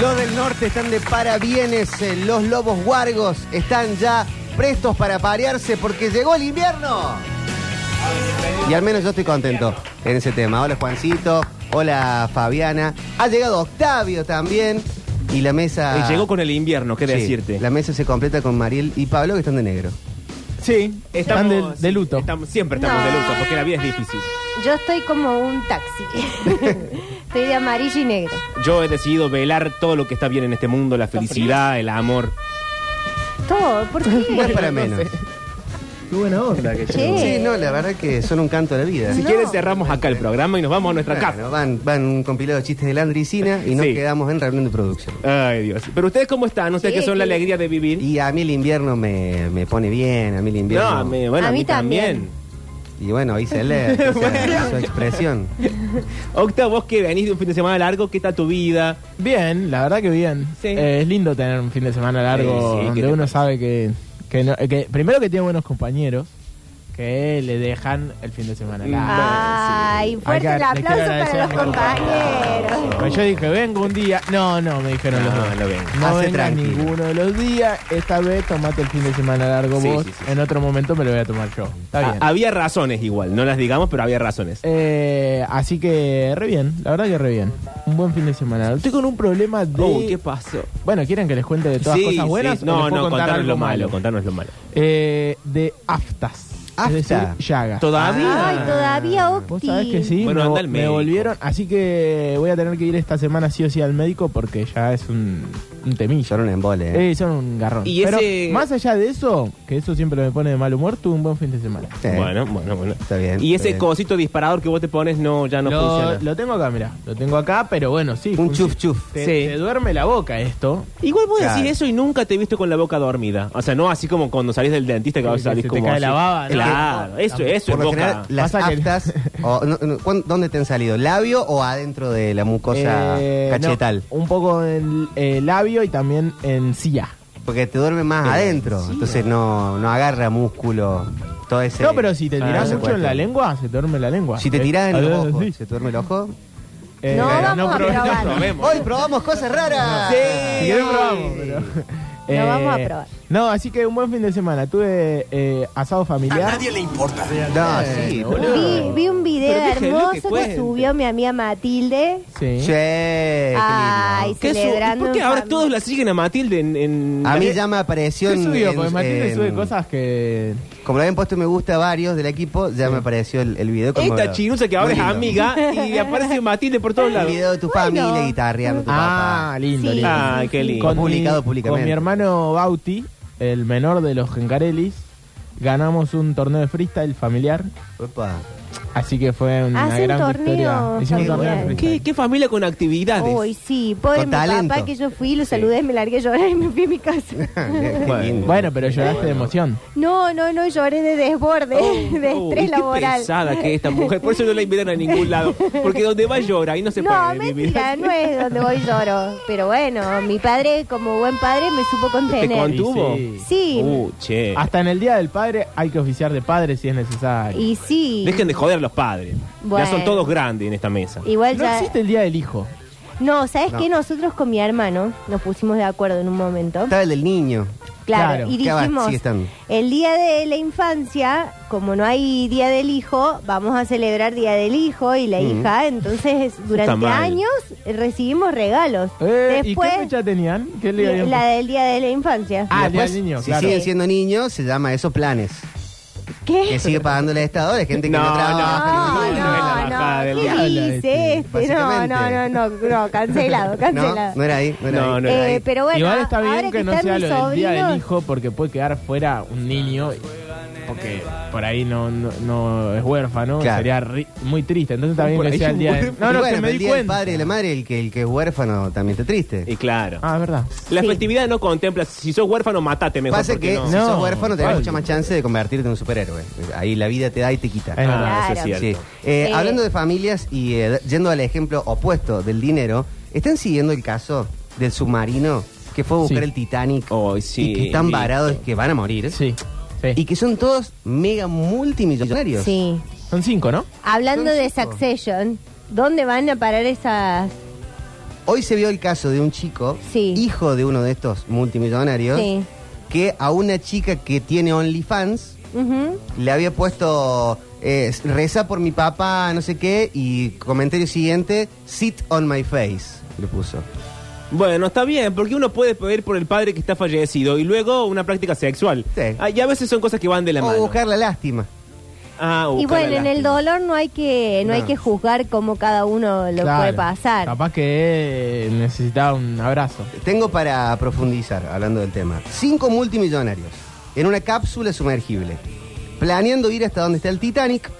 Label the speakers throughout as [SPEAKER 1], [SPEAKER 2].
[SPEAKER 1] Los del norte están de parabienes, eh, los lobos guargos están ya prestos para parearse porque llegó el invierno. Y al menos yo estoy contento en ese tema. Hola Juancito, hola Fabiana. Ha llegado Octavio también y la mesa...
[SPEAKER 2] Ah.
[SPEAKER 3] Eh, llegó con el invierno, qué
[SPEAKER 1] Sí,
[SPEAKER 3] decirte.
[SPEAKER 1] La mesa se completa con Mariel y Pablo que están de negro.
[SPEAKER 3] Sí, estamos
[SPEAKER 2] Están de- de luto.
[SPEAKER 3] estamos- siempre estamos de luto, porque la vida es difícil.
[SPEAKER 4] Yo estoy como un taxi. estoy de amarillo y negro.
[SPEAKER 3] Yo he decidido velar todo lo que está bien en este mundo, la felicidad, el amor.
[SPEAKER 4] Todo, ¿por
[SPEAKER 1] No es
[SPEAKER 4] qué?
[SPEAKER 1] para menos.
[SPEAKER 2] Qué buena onda que
[SPEAKER 4] Sí.
[SPEAKER 1] Sí, no, la verdad que son un canto a la vida.
[SPEAKER 3] Si
[SPEAKER 4] No.
[SPEAKER 3] quieren cerramos acá el programa y nos vamos a nuestra
[SPEAKER 1] Bueno,
[SPEAKER 3] casa.
[SPEAKER 1] van, van un compilado de chistes de Landricina y nos
[SPEAKER 3] Sí.
[SPEAKER 1] quedamos en reunión de producción.
[SPEAKER 3] Ay, Dios. Pero ustedes cómo están, ustedes
[SPEAKER 4] Sí,
[SPEAKER 3] que son la
[SPEAKER 4] sí.
[SPEAKER 3] alegría de vivir.
[SPEAKER 1] Y a mí el invierno me, me pone bien, a mí el invierno.
[SPEAKER 3] No, me- bueno, a
[SPEAKER 4] A
[SPEAKER 3] mí,
[SPEAKER 4] mí
[SPEAKER 3] también.
[SPEAKER 1] Y bueno, ahí se lee o sea, su expresión.
[SPEAKER 3] Octa, vos que venís de un fin de semana largo, ¿qué está tu vida?
[SPEAKER 2] Bien, la verdad que bien.
[SPEAKER 3] Sí.
[SPEAKER 2] Eh, es lindo tener un fin de semana largo
[SPEAKER 3] Sí, sí, que te-
[SPEAKER 2] donde uno sabe que, que no- eh, que- primero que tiene buenos compañeros que le dejan el fin de
[SPEAKER 3] Mm.
[SPEAKER 2] semana largo.
[SPEAKER 4] Ay, fuerte
[SPEAKER 2] Hay
[SPEAKER 4] el
[SPEAKER 2] que- hay que
[SPEAKER 4] aplauso
[SPEAKER 2] agradecer
[SPEAKER 4] para
[SPEAKER 2] a
[SPEAKER 4] los
[SPEAKER 2] mi compañero.
[SPEAKER 4] compañeros.
[SPEAKER 2] Pues yo dije, vengo un día. No, no, me dijeron
[SPEAKER 3] No,
[SPEAKER 2] los dos.
[SPEAKER 3] no vengo.
[SPEAKER 2] No
[SPEAKER 1] Hace
[SPEAKER 2] vengas
[SPEAKER 1] tranquilo.
[SPEAKER 2] ninguno de los días. Esta vez tomate el fin de semana largo
[SPEAKER 3] Sí,
[SPEAKER 2] vos.
[SPEAKER 3] sí, sí,
[SPEAKER 2] en otro momento me lo voy a tomar yo. Está bien.
[SPEAKER 3] Ah, había razones igual, no las digamos, pero había razones.
[SPEAKER 2] Eh, así que re bien, la verdad que re bien. Un buen fin de semana. Estoy con un problema de.
[SPEAKER 3] Uy, Oh, ¿qué pasó?
[SPEAKER 2] bueno, ¿quieren que les cuente de todas
[SPEAKER 3] Sí,
[SPEAKER 2] cosas buenas?
[SPEAKER 3] sí.
[SPEAKER 2] o les
[SPEAKER 3] No,
[SPEAKER 2] puedo
[SPEAKER 3] no,
[SPEAKER 2] contar
[SPEAKER 3] contanos
[SPEAKER 2] algo
[SPEAKER 3] lo malo, contanos lo malo.
[SPEAKER 2] Eh, de aftas.
[SPEAKER 1] ¿Afta?
[SPEAKER 2] Es decir, llagas.
[SPEAKER 3] ¿Todavía?
[SPEAKER 4] Ay, todavía Octi.
[SPEAKER 2] Vos sabés que sí,
[SPEAKER 3] Bueno,
[SPEAKER 2] me,
[SPEAKER 3] anda al
[SPEAKER 2] me
[SPEAKER 3] médico.
[SPEAKER 2] volvieron, así que voy a tener que ir esta semana sí o sí al médico porque ya es un, un temillo.
[SPEAKER 1] Son un embole. ¿eh?
[SPEAKER 2] Eh, son un garrón.
[SPEAKER 3] Y
[SPEAKER 2] Pero
[SPEAKER 3] ese-
[SPEAKER 2] más allá de eso, que eso siempre me pone de mal humor, tuve un buen fin de semana.
[SPEAKER 1] Sí.
[SPEAKER 3] Bueno, bueno, bueno.
[SPEAKER 1] Está bien,
[SPEAKER 3] Y
[SPEAKER 1] está
[SPEAKER 3] ese
[SPEAKER 1] bien.
[SPEAKER 3] cosito disparador que vos te pones no ya no
[SPEAKER 2] lo,
[SPEAKER 3] funciona.
[SPEAKER 2] lo tengo acá, mirá, lo tengo acá, pero bueno, sí.
[SPEAKER 1] Un
[SPEAKER 2] funci-
[SPEAKER 1] chuf chuf.
[SPEAKER 2] Te,
[SPEAKER 3] Sí.
[SPEAKER 2] te duerme la boca esto.
[SPEAKER 3] Igual vos
[SPEAKER 1] Claro.
[SPEAKER 3] decís eso y nunca te he visto con la boca dormida. O sea, no así como cuando salís del dentista que
[SPEAKER 2] Sí,
[SPEAKER 3] vas a
[SPEAKER 2] sí,
[SPEAKER 3] salir
[SPEAKER 2] se te
[SPEAKER 3] como.
[SPEAKER 2] cae
[SPEAKER 3] así.
[SPEAKER 2] la baba, ¿no?
[SPEAKER 3] Claro, eso, eso
[SPEAKER 1] Por
[SPEAKER 3] es
[SPEAKER 1] lo
[SPEAKER 3] boca.
[SPEAKER 1] general, las
[SPEAKER 2] Pasa que-
[SPEAKER 1] aftas, o, no, no, ¿cuán- ¿dónde te han salido? ¿Labio o adentro de la mucosa
[SPEAKER 2] Eh,
[SPEAKER 1] cachetal?
[SPEAKER 2] no, un poco en el eh, labio y también en silla.
[SPEAKER 1] Porque te duerme más adentro, entonces no, no agarra músculo, todo ese...
[SPEAKER 2] No, pero si te
[SPEAKER 1] Ah,
[SPEAKER 2] tirás
[SPEAKER 1] esa
[SPEAKER 2] mucho en la
[SPEAKER 1] cuestión.
[SPEAKER 2] lengua, se te duerme la lengua.
[SPEAKER 1] Si te tirás en
[SPEAKER 2] Eh,
[SPEAKER 1] los
[SPEAKER 2] a ver,
[SPEAKER 1] ojos,
[SPEAKER 2] sí.
[SPEAKER 1] ¿se te duerme el ojo?
[SPEAKER 2] Eh,
[SPEAKER 4] No, vamos a
[SPEAKER 2] probé-
[SPEAKER 4] probar.
[SPEAKER 3] probemos.
[SPEAKER 1] Hoy probamos cosas raras.
[SPEAKER 2] Si querés probamos, pero- Eh,
[SPEAKER 4] Lo vamos a probar.
[SPEAKER 2] No, así que un buen fin de semana. Tuve eh, asado familiar.
[SPEAKER 1] No, sí,
[SPEAKER 4] Vi, vi un video
[SPEAKER 3] Pero déjelo que
[SPEAKER 4] hermoso que,
[SPEAKER 3] cuente.
[SPEAKER 4] subió mi amiga Matilde.
[SPEAKER 2] Sí.
[SPEAKER 1] Sí, qué lindo.
[SPEAKER 4] Ay,
[SPEAKER 3] ¿Qué su-
[SPEAKER 4] celebrando.
[SPEAKER 3] ¿Por qué
[SPEAKER 4] en
[SPEAKER 3] ahora
[SPEAKER 4] familia.
[SPEAKER 3] todos la siguen a Matilde en. en-
[SPEAKER 1] A mí
[SPEAKER 3] en-
[SPEAKER 1] ya me apareció
[SPEAKER 2] ¿Qué
[SPEAKER 1] en-
[SPEAKER 2] subió?
[SPEAKER 1] en-
[SPEAKER 2] Porque Matilde
[SPEAKER 1] en-
[SPEAKER 2] sube cosas que.
[SPEAKER 1] Como le habían puesto me gusta a varios del equipo, ya me apareció el, el video.
[SPEAKER 3] Esta
[SPEAKER 1] conmovedor.
[SPEAKER 3] chinusa que ahora
[SPEAKER 1] Muy
[SPEAKER 3] es
[SPEAKER 1] lindo.
[SPEAKER 3] amiga y aparece Matilde por todos
[SPEAKER 1] El
[SPEAKER 3] lados.
[SPEAKER 1] video de tu
[SPEAKER 4] Bueno.
[SPEAKER 1] familia guitarreando tu
[SPEAKER 2] Ah,
[SPEAKER 1] papá.
[SPEAKER 2] lindo,
[SPEAKER 4] Sí.
[SPEAKER 2] lindo.
[SPEAKER 3] Ay, qué lindo.
[SPEAKER 1] Con- Ah, publicado
[SPEAKER 2] mi,
[SPEAKER 1] públicamente.
[SPEAKER 2] Con mi hermano Bauti, el menor de los Gencarelis, ganamos un torneo de freestyle familiar.
[SPEAKER 1] Opa.
[SPEAKER 2] Así que fue una
[SPEAKER 4] Hace un
[SPEAKER 2] gran
[SPEAKER 4] torneo
[SPEAKER 2] victoria. Hicimos un torneo de
[SPEAKER 4] familiar.
[SPEAKER 2] freestyle.
[SPEAKER 3] ¿Qué, qué familia con
[SPEAKER 2] Ah,
[SPEAKER 3] actividades?
[SPEAKER 4] Uy, sí, pobre
[SPEAKER 1] Con
[SPEAKER 4] mi
[SPEAKER 1] talento.
[SPEAKER 4] papá que yo fui, lo saludé, me largué a llorar y me fui a mi casa.
[SPEAKER 1] Qué lindo.
[SPEAKER 2] Bueno, pero lloraste de emoción.
[SPEAKER 4] No, no, no, lloré de desborde,
[SPEAKER 2] Oh,
[SPEAKER 4] de
[SPEAKER 3] Oh, Uy,
[SPEAKER 4] estrés laboral.
[SPEAKER 3] Qué pesada que es esta mujer. Por eso no la invitan a ningún lado. Porque donde va llora y no se
[SPEAKER 4] no,
[SPEAKER 3] puede vivir.
[SPEAKER 4] mentira, no es donde voy lloro. Pero bueno, mi padre, como buen padre, me supo
[SPEAKER 3] ¿Te
[SPEAKER 4] contener.
[SPEAKER 3] contuvo?
[SPEAKER 2] Y sí.
[SPEAKER 4] Sí,
[SPEAKER 3] Uh,
[SPEAKER 1] Eh.
[SPEAKER 3] che.
[SPEAKER 2] Hasta en el Día del Padre hay que oficiar de padre si es necesario.
[SPEAKER 4] y sí.
[SPEAKER 3] Dejen de joder a los padres.
[SPEAKER 4] Bueno.
[SPEAKER 3] Ya son todos grandes en esta mesa.
[SPEAKER 4] Igual
[SPEAKER 2] No
[SPEAKER 4] ya.
[SPEAKER 2] existe el Día del Hijo.
[SPEAKER 4] No, ¿sabes
[SPEAKER 1] No.
[SPEAKER 4] qué? Nosotros con mi hermano nos pusimos de acuerdo en un momento.
[SPEAKER 1] Estaba el del niño.
[SPEAKER 4] Claro,
[SPEAKER 2] Claro.
[SPEAKER 4] y
[SPEAKER 1] ¿Qué va?
[SPEAKER 4] dijimos,
[SPEAKER 1] Sigue estando.
[SPEAKER 4] el día de la infancia, como no hay día del hijo, vamos a celebrar día del hijo y la hija, entonces durante
[SPEAKER 3] mal.
[SPEAKER 4] años recibimos regalos.
[SPEAKER 2] Eh,
[SPEAKER 4] Después,
[SPEAKER 2] ¿Y qué fecha tenían? ¿Qué le habían
[SPEAKER 4] la del día de la infancia.
[SPEAKER 2] Ah,
[SPEAKER 1] Y
[SPEAKER 2] el día del niño,
[SPEAKER 1] si
[SPEAKER 2] claro.
[SPEAKER 1] siguen siendo niños, se llama eso planes.
[SPEAKER 4] ¿Qué?
[SPEAKER 1] Que sigue pagando el Estado, la gente que no,
[SPEAKER 3] No, no.
[SPEAKER 1] trabaja.
[SPEAKER 3] no,
[SPEAKER 4] No,
[SPEAKER 3] no es la
[SPEAKER 4] no,
[SPEAKER 3] bajada
[SPEAKER 4] no,
[SPEAKER 3] del
[SPEAKER 4] ¿qué
[SPEAKER 2] diablo,
[SPEAKER 4] dice este? No, no,
[SPEAKER 1] básicamente.
[SPEAKER 4] no, no, no, cancelado, cancelado.
[SPEAKER 1] no era ahí. No, era
[SPEAKER 3] No,
[SPEAKER 1] ahí.
[SPEAKER 3] no
[SPEAKER 4] Eh, pero bueno,
[SPEAKER 2] Igual está
[SPEAKER 4] ahora
[SPEAKER 2] bien que, no
[SPEAKER 4] están
[SPEAKER 2] sea
[SPEAKER 4] mis
[SPEAKER 2] lo del Día del
[SPEAKER 4] sobrinos-
[SPEAKER 2] Hijo porque puede quedar fuera un niño y- porque por ahí no, no, no es huérfano.
[SPEAKER 1] Claro.
[SPEAKER 2] Sería ri- muy triste. Entonces está bien
[SPEAKER 3] Por
[SPEAKER 2] que
[SPEAKER 3] ahí
[SPEAKER 2] sea el Día del
[SPEAKER 3] huérfano.
[SPEAKER 2] No,
[SPEAKER 1] Y
[SPEAKER 2] no,
[SPEAKER 1] bueno,
[SPEAKER 2] que
[SPEAKER 1] pero
[SPEAKER 2] me
[SPEAKER 1] el
[SPEAKER 2] di
[SPEAKER 1] día del
[SPEAKER 2] cuenta.
[SPEAKER 1] padre y la madre, el que, el que es huérfano también está triste.
[SPEAKER 3] Y claro.
[SPEAKER 2] Ah, es verdad.
[SPEAKER 3] La
[SPEAKER 4] Sí.
[SPEAKER 3] festividad no contempla. Si sos huérfano, matate mejor.
[SPEAKER 1] Pasa
[SPEAKER 3] porque
[SPEAKER 1] que
[SPEAKER 3] no.
[SPEAKER 1] si sos
[SPEAKER 2] No,
[SPEAKER 1] huérfano tenés
[SPEAKER 2] obvio.
[SPEAKER 1] mucha más chance de convertirte en un superhéroe. Ahí la vida te da y te quita.
[SPEAKER 2] Es verdad.
[SPEAKER 3] Ah, eso es
[SPEAKER 4] Claro.
[SPEAKER 3] cierto.
[SPEAKER 1] Sí. Eh,
[SPEAKER 4] Eh,
[SPEAKER 1] Hablando de familias y eh, yendo al ejemplo opuesto del dinero, ¿están siguiendo el caso del submarino que fue a buscar
[SPEAKER 2] Sí.
[SPEAKER 1] el Titanic
[SPEAKER 3] Ay, Oh, sí,
[SPEAKER 1] y que están
[SPEAKER 3] vi.
[SPEAKER 1] varados que van a morir?
[SPEAKER 2] Sí. sí.
[SPEAKER 1] Y que son todos mega multimillonarios.
[SPEAKER 4] Sí.
[SPEAKER 2] Son cinco, ¿no?
[SPEAKER 4] Hablando
[SPEAKER 1] Son
[SPEAKER 4] de
[SPEAKER 1] cinco.
[SPEAKER 4] Succession, ¿dónde van a parar esas
[SPEAKER 1] Hoy se vio el caso de un chico,
[SPEAKER 4] Sí.
[SPEAKER 1] hijo de uno de estos multimillonarios,
[SPEAKER 4] Sí.
[SPEAKER 1] que a una chica que tiene OnlyFans
[SPEAKER 4] Ujú.
[SPEAKER 1] le había puesto eh, reza por mi papá, no sé qué, y comentario siguiente, sit on my face, le puso.
[SPEAKER 3] Bueno, está bien, porque uno puede pedir por el padre que está fallecido y luego una práctica sexual.
[SPEAKER 1] Sí.
[SPEAKER 3] Ah, y a veces son cosas que van de la
[SPEAKER 1] O
[SPEAKER 3] mano.
[SPEAKER 1] Oh, buscar la lástima.
[SPEAKER 3] Ah,
[SPEAKER 4] Y
[SPEAKER 3] buscar
[SPEAKER 4] bueno,
[SPEAKER 3] la
[SPEAKER 4] en el
[SPEAKER 3] lástima.
[SPEAKER 4] dolor no hay que no, hay
[SPEAKER 1] No.
[SPEAKER 4] que juzgar cómo cada uno lo
[SPEAKER 2] Claro.
[SPEAKER 4] puede pasar.
[SPEAKER 2] Capaz que eh, necesitaba un abrazo.
[SPEAKER 1] Tengo para profundizar, hablando del tema. Cinco multimillonarios en una cápsula sumergible, planeando ir hasta donde está el Titanic.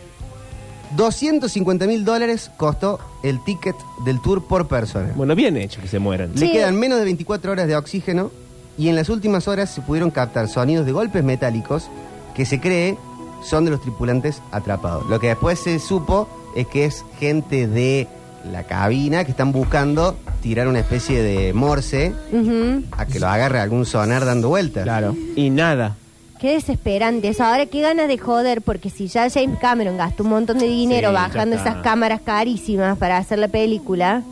[SPEAKER 1] 250 mil dólares costó el ticket del tour por persona.
[SPEAKER 3] Bueno, bien hecho que se mueran.
[SPEAKER 1] Le
[SPEAKER 4] Sí.
[SPEAKER 1] quedan menos de 24 horas de oxígeno y en las últimas horas se pudieron captar sonidos de golpes metálicos que se cree son de los tripulantes atrapados. Lo que después se supo es que es gente de la cabina que están buscando tirar una especie de morse
[SPEAKER 4] Ujú.
[SPEAKER 1] a que lo agarre algún sonar dando vueltas.
[SPEAKER 2] Claro.
[SPEAKER 3] Y nada.
[SPEAKER 4] Qué desesperante eso. Ahora qué ganas de joder, porque si ya James Cameron gastó un montón de dinero
[SPEAKER 3] Sí, ya
[SPEAKER 4] bajando
[SPEAKER 3] está.
[SPEAKER 4] esas cámaras carísimas para hacer la película,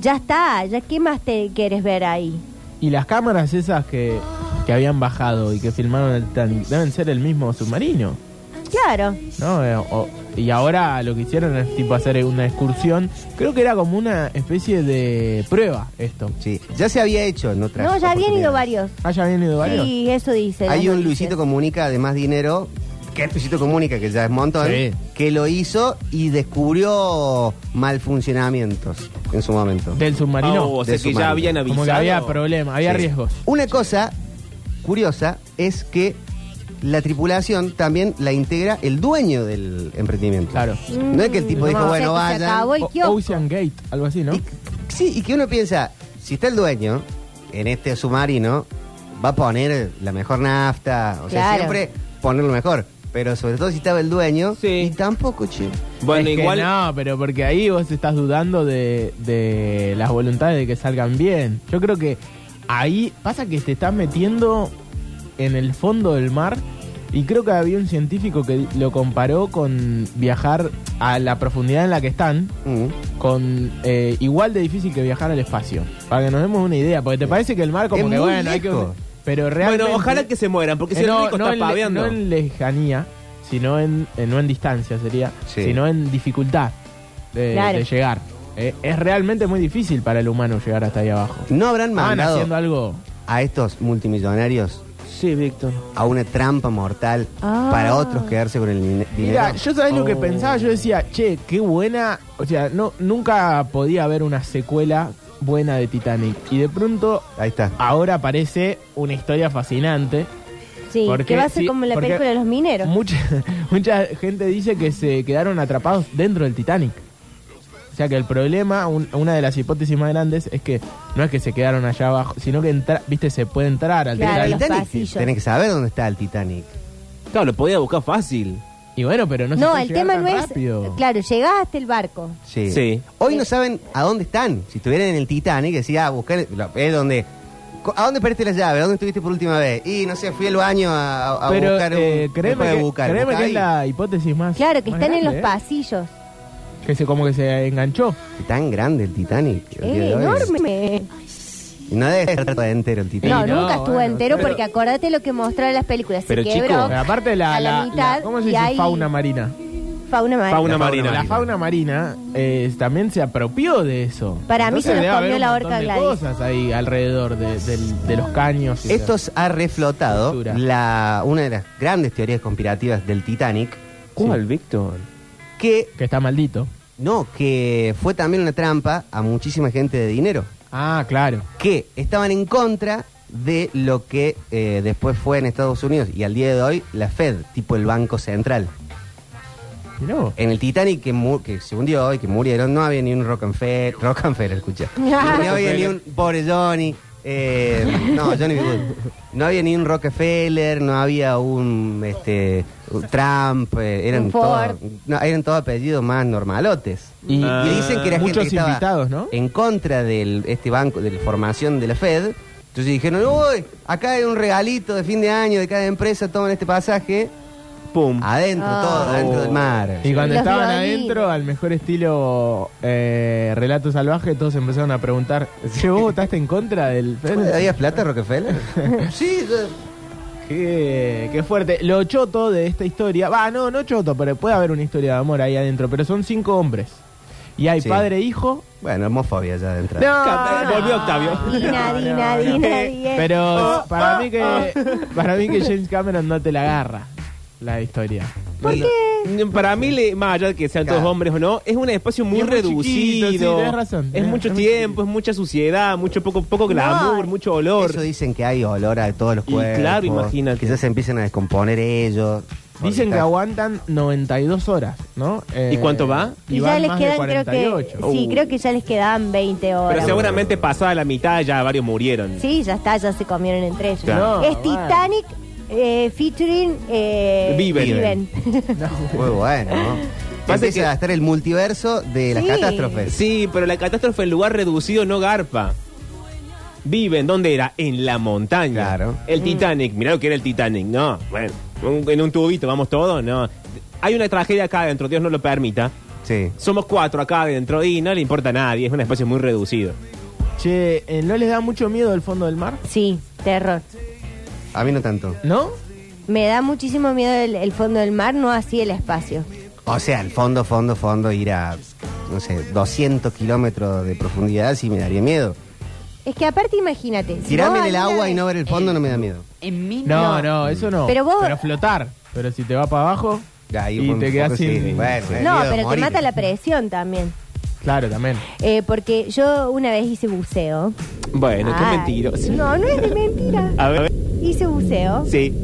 [SPEAKER 4] ya está, ya qué más te quieres ver ahí.
[SPEAKER 2] Y las cámaras esas que, que habían bajado y que filmaron el Titanic deben ser el mismo submarino,
[SPEAKER 4] Claro.
[SPEAKER 2] ¿no? Eh, o- y ahora lo que hicieron es tipo hacer una excursión. Creo que era como una especie de prueba esto.
[SPEAKER 1] Sí, ya se había hecho en otras
[SPEAKER 4] No, ya habían ido
[SPEAKER 1] oportunidades.
[SPEAKER 4] varios.
[SPEAKER 2] Haya venido varios.
[SPEAKER 4] Sí, eso dice.
[SPEAKER 1] Hay
[SPEAKER 4] las
[SPEAKER 1] un
[SPEAKER 4] noticias.
[SPEAKER 1] Luisito Comunica de más dinero, que es Luisito Comunica, que ya es montón,
[SPEAKER 2] Sí.
[SPEAKER 1] que lo hizo y descubrió malfuncionamientos en su momento.
[SPEAKER 2] Del submarino.
[SPEAKER 3] Ah, o sea
[SPEAKER 1] de
[SPEAKER 3] que
[SPEAKER 1] submarino.
[SPEAKER 3] ya habían avisado.
[SPEAKER 2] como que había problemas, había
[SPEAKER 1] Sí.
[SPEAKER 2] riesgos.
[SPEAKER 1] Una cosa curiosa es que la tripulación también la integra el dueño del emprendimiento.
[SPEAKER 2] Claro.
[SPEAKER 1] No es que el tipo
[SPEAKER 4] Mm,
[SPEAKER 1] dijo,
[SPEAKER 4] o sea
[SPEAKER 1] bueno,
[SPEAKER 4] que se
[SPEAKER 1] vayan.
[SPEAKER 4] acabó el
[SPEAKER 2] O-
[SPEAKER 4] kiosco.
[SPEAKER 2] Ocean Gate, algo así, ¿no?
[SPEAKER 1] Y- sí, y que uno piensa, si está el dueño en este submarino, va a poner la mejor nafta, o sea,
[SPEAKER 4] Claro.
[SPEAKER 1] siempre poner lo mejor. Pero sobre todo si estaba el dueño,
[SPEAKER 3] Sí.
[SPEAKER 1] y tampoco, che.
[SPEAKER 3] Bueno,
[SPEAKER 2] Es que
[SPEAKER 3] igual.
[SPEAKER 2] no, pero porque ahí vos estás dudando de, de las voluntades de que salgan bien. Yo creo que ahí pasa que te estás metiendo en el fondo del mar y creo que había un científico que lo comparó con viajar a la profundidad en la que están,
[SPEAKER 1] Mm.
[SPEAKER 2] con eh, igual de difícil que viajar al espacio. Para que nos demos una idea, porque te parece que el mar como
[SPEAKER 1] Es
[SPEAKER 2] que
[SPEAKER 1] muy
[SPEAKER 2] bueno, hay que...
[SPEAKER 1] lejos.
[SPEAKER 2] Pero realmente...
[SPEAKER 3] Bueno, ojalá que se mueran, porque si
[SPEAKER 2] Eh,
[SPEAKER 3] el rico
[SPEAKER 2] no,
[SPEAKER 3] está
[SPEAKER 2] en, le-
[SPEAKER 3] paveando.
[SPEAKER 2] no en lejanía, sino en, eh, no en distancia sería,
[SPEAKER 1] Sí.
[SPEAKER 2] sino en dificultad de,
[SPEAKER 4] Claro.
[SPEAKER 2] de llegar. Eh, es realmente muy difícil para el humano llegar hasta ahí abajo.
[SPEAKER 1] No habrán
[SPEAKER 2] Van
[SPEAKER 1] mandado
[SPEAKER 2] haciendo algo.
[SPEAKER 1] a estos multimillonarios
[SPEAKER 3] Sí, Víctor.
[SPEAKER 1] a una trampa mortal
[SPEAKER 4] Ah.
[SPEAKER 1] para otros quedarse con el din- dinero.
[SPEAKER 2] Mira, yo sabés lo que
[SPEAKER 3] Oh.
[SPEAKER 2] pensaba, yo decía, che, qué buena, o sea, no nunca podía haber una secuela buena de Titanic y de pronto
[SPEAKER 1] Ahí está.
[SPEAKER 2] ahora aparece una historia fascinante.
[SPEAKER 4] Sí,
[SPEAKER 2] Porque
[SPEAKER 4] que va a ser
[SPEAKER 2] sí,
[SPEAKER 4] como la
[SPEAKER 2] porque-
[SPEAKER 4] película de los mineros.
[SPEAKER 2] Mucha, mucha gente dice que se quedaron atrapados dentro del Titanic. O sea que el problema, un- una de las hipótesis más grandes es que no es que se quedaron allá abajo, sino que entra- viste, se puede entrar al
[SPEAKER 4] Claro,
[SPEAKER 1] Pero el
[SPEAKER 4] los
[SPEAKER 2] Titanic.
[SPEAKER 1] Titanic,
[SPEAKER 4] pasillos.
[SPEAKER 1] tenés que saber dónde está el Titanic.
[SPEAKER 3] Claro, lo podía buscar fácil.
[SPEAKER 2] Y bueno, pero no,
[SPEAKER 4] No,
[SPEAKER 2] se puede
[SPEAKER 4] el
[SPEAKER 2] llegar
[SPEAKER 4] tema
[SPEAKER 2] tan
[SPEAKER 4] no es.
[SPEAKER 2] rápido.
[SPEAKER 4] Claro, llegaste el barco.
[SPEAKER 1] Sí.
[SPEAKER 3] Sí.
[SPEAKER 1] Hoy no saben a dónde están. Si estuvieran en el Titanic, decía, ah, buscar, lo- es donde... co- ¿A dónde perdiste la llave? ¿A dónde estuviste por última vez? Y no sé, fui al baño a, a- a
[SPEAKER 2] pero
[SPEAKER 1] buscar un...
[SPEAKER 2] eh, créeme,
[SPEAKER 1] después de
[SPEAKER 2] que,
[SPEAKER 1] buscar,
[SPEAKER 2] créeme
[SPEAKER 1] buscar
[SPEAKER 2] que
[SPEAKER 1] ahí.
[SPEAKER 2] es la hipótesis más.
[SPEAKER 4] Claro, que
[SPEAKER 2] más
[SPEAKER 4] están en los
[SPEAKER 2] grande, ¿eh?
[SPEAKER 4] pasillos.
[SPEAKER 2] Que se como que se enganchó.
[SPEAKER 1] Tan grande el Titanic. el día
[SPEAKER 4] Es
[SPEAKER 1] de hoy.
[SPEAKER 4] enorme.
[SPEAKER 1] Y No debe estar todo entero el Titanic.
[SPEAKER 4] No,
[SPEAKER 2] no,
[SPEAKER 4] nunca estuvo
[SPEAKER 2] bueno,
[SPEAKER 4] entero
[SPEAKER 2] pero-
[SPEAKER 4] porque acordate lo que mostraron las películas.
[SPEAKER 3] Pero,
[SPEAKER 4] se
[SPEAKER 3] chico,
[SPEAKER 4] quebró
[SPEAKER 2] Pero aparte la,
[SPEAKER 4] a la
[SPEAKER 2] la- la-
[SPEAKER 4] mitad
[SPEAKER 2] ¿cómo se
[SPEAKER 4] y
[SPEAKER 2] dice?
[SPEAKER 4] ahí-
[SPEAKER 2] Fauna marina.
[SPEAKER 4] fauna marina.
[SPEAKER 3] Fauna marina.
[SPEAKER 2] La fauna marina eh, también se apropió de eso.
[SPEAKER 4] Para mí se nos
[SPEAKER 2] debe haber
[SPEAKER 4] comió
[SPEAKER 2] un
[SPEAKER 4] la
[SPEAKER 2] montón
[SPEAKER 4] orca
[SPEAKER 2] de
[SPEAKER 4] Gladys.
[SPEAKER 2] cosas ahí alrededor de, del- de los caños. y
[SPEAKER 1] Esto se ha reflotado
[SPEAKER 2] Cultura.
[SPEAKER 1] la, una de las grandes teorías conspirativas del Titanic,
[SPEAKER 3] ¿Cuál, Víctor?
[SPEAKER 1] que
[SPEAKER 2] tal. Que está maldito.
[SPEAKER 1] no, que fue también una trampa a muchísima gente de dinero,
[SPEAKER 2] Ah, claro.
[SPEAKER 1] que estaban en contra de lo que eh, después fue en Estados Unidos y al día de hoy la Fed, tipo el Banco Central.
[SPEAKER 2] Mirá vos.
[SPEAKER 1] En el Titanic que, mu- que se hundió y que murieron, no había ni un Rockefeller, Rockefeller, escucha. No había ni un pobre Johnny. eh, no, Johnny B. Good. No había ni un Rockefeller, no había un este un Trump, eh, eran
[SPEAKER 4] Un Ford.
[SPEAKER 1] todos no, eran todos apellidos más normalotes.
[SPEAKER 2] Y,
[SPEAKER 3] Ah.
[SPEAKER 1] Y dicen que era gente
[SPEAKER 2] muchos
[SPEAKER 1] que estaba
[SPEAKER 2] invitados, ¿no?
[SPEAKER 1] en contra del este banco, de la formación de la Fed. Entonces dijeron, uy, acá hay un regalito de fin de año de cada empresa, toman este pasaje.
[SPEAKER 3] Pum.
[SPEAKER 1] Adentro,
[SPEAKER 4] Ah.
[SPEAKER 1] todo, adentro del mar.
[SPEAKER 2] Y cuando
[SPEAKER 4] Los
[SPEAKER 2] estaban
[SPEAKER 4] leoninos.
[SPEAKER 2] adentro, al mejor estilo eh, relato salvaje, todos empezaron a preguntar, ¿se vos votaste en contra del
[SPEAKER 1] ¿Bueno,
[SPEAKER 2] Fed?
[SPEAKER 1] ¿Había plata, Rockefeller? sí, yo-
[SPEAKER 2] Qué, qué fuerte. Lo choto de esta historia, va, no, no choto, pero puede haber una historia de amor ahí adentro, pero son cinco hombres. Y hay
[SPEAKER 1] Sí.
[SPEAKER 2] padre e hijo.
[SPEAKER 1] Bueno, homofobia ya de entrada.
[SPEAKER 3] Cap- Volvió
[SPEAKER 2] Ah.
[SPEAKER 3] Octavio.
[SPEAKER 4] Dina,
[SPEAKER 2] No,
[SPEAKER 4] Dina,
[SPEAKER 2] no, no.
[SPEAKER 4] Dina, Dina. Oh,
[SPEAKER 2] Pero para mí que para mí que James Cameron no te la agarra la historia.
[SPEAKER 3] ¿Por qué? Para mí, le- más allá de que sean todos
[SPEAKER 1] Claro.
[SPEAKER 3] hombres o no, es un espacio muy,
[SPEAKER 2] Y es muy
[SPEAKER 3] reducido.
[SPEAKER 2] chiquito, sí, tenés razón,
[SPEAKER 3] Es
[SPEAKER 2] tenés-
[SPEAKER 3] mucho
[SPEAKER 2] es muy
[SPEAKER 3] tiempo, es mucha suciedad, mucho poco, poco glamour, mucho olor.
[SPEAKER 1] Eso dicen que hay olor a todos los
[SPEAKER 3] Y
[SPEAKER 1] cuerpos.
[SPEAKER 3] claro, imagínate.
[SPEAKER 1] Quizás se empiezan a descomponer ellos.
[SPEAKER 2] Dicen que
[SPEAKER 1] Porque-
[SPEAKER 2] aguantan 92 horas, ¿no? Eh,
[SPEAKER 3] ¿Y cuánto va?
[SPEAKER 4] Y ya
[SPEAKER 2] van
[SPEAKER 4] les
[SPEAKER 2] más de
[SPEAKER 4] quedan, creo
[SPEAKER 2] 48.
[SPEAKER 4] que. Sí,
[SPEAKER 3] Uh.
[SPEAKER 4] creo que ya les quedaban 20 horas.
[SPEAKER 3] Pero seguramente pasada la mitad ya varios murieron.
[SPEAKER 4] Sí, ya está, ya se comieron entre ellos.
[SPEAKER 2] Claro.
[SPEAKER 4] es
[SPEAKER 2] No,
[SPEAKER 4] Titanic eh, featuring eh,
[SPEAKER 3] Viven.
[SPEAKER 1] Muy bueno.
[SPEAKER 3] Pasa
[SPEAKER 1] Empieza
[SPEAKER 3] que-
[SPEAKER 1] a estar el multiverso de las
[SPEAKER 4] Sí.
[SPEAKER 1] catástrofes.
[SPEAKER 3] Sí, pero la catástrofe en lugar reducido no garpa. Viven, ¿dónde era? En la montaña.
[SPEAKER 1] Claro.
[SPEAKER 3] El Titanic, mirá lo que era el Titanic. No, bueno, un- en un tubito, vamos todos, no. Hay una tragedia acá adentro, Dios no lo permita.
[SPEAKER 1] Sí.
[SPEAKER 3] Somos cuatro acá adentro y no le importa a nadie, es un espacio muy reducido.
[SPEAKER 2] Che, eh, ¿no les da mucho miedo el fondo del mar?
[SPEAKER 4] Sí, terror.
[SPEAKER 1] A mí no tanto.
[SPEAKER 2] ¿No?
[SPEAKER 4] Me da muchísimo miedo el, el fondo del mar, no así el espacio.
[SPEAKER 1] O sea, al fondo, fondo, fondo, ir a, no sé, 200 kilómetros de profundidad sí me daría miedo.
[SPEAKER 4] Es que aparte, imagínate. si
[SPEAKER 1] Tirarme
[SPEAKER 4] vos
[SPEAKER 1] en el
[SPEAKER 4] alguna
[SPEAKER 1] agua
[SPEAKER 4] vez-
[SPEAKER 1] y no ver el fondo no me da miedo.
[SPEAKER 5] En mí no.
[SPEAKER 2] No, no, eso no.
[SPEAKER 4] Pero vos-
[SPEAKER 2] flotar. Pero si te va para abajo
[SPEAKER 1] Ya, ahí
[SPEAKER 2] y
[SPEAKER 1] un
[SPEAKER 2] te
[SPEAKER 1] poco
[SPEAKER 2] quedas
[SPEAKER 1] sí,
[SPEAKER 2] sin.
[SPEAKER 1] bueno, me da
[SPEAKER 4] No,
[SPEAKER 1] miedo de
[SPEAKER 4] pero te
[SPEAKER 1] morir.
[SPEAKER 4] mata la presión también.
[SPEAKER 2] Claro, también.
[SPEAKER 4] Eh, porque yo una vez hice buceo.
[SPEAKER 3] Bueno, qué
[SPEAKER 4] Ay,
[SPEAKER 3] mentiroso.
[SPEAKER 4] No, no es de mentira.
[SPEAKER 3] A ver,
[SPEAKER 4] Hice buceo.
[SPEAKER 3] sí.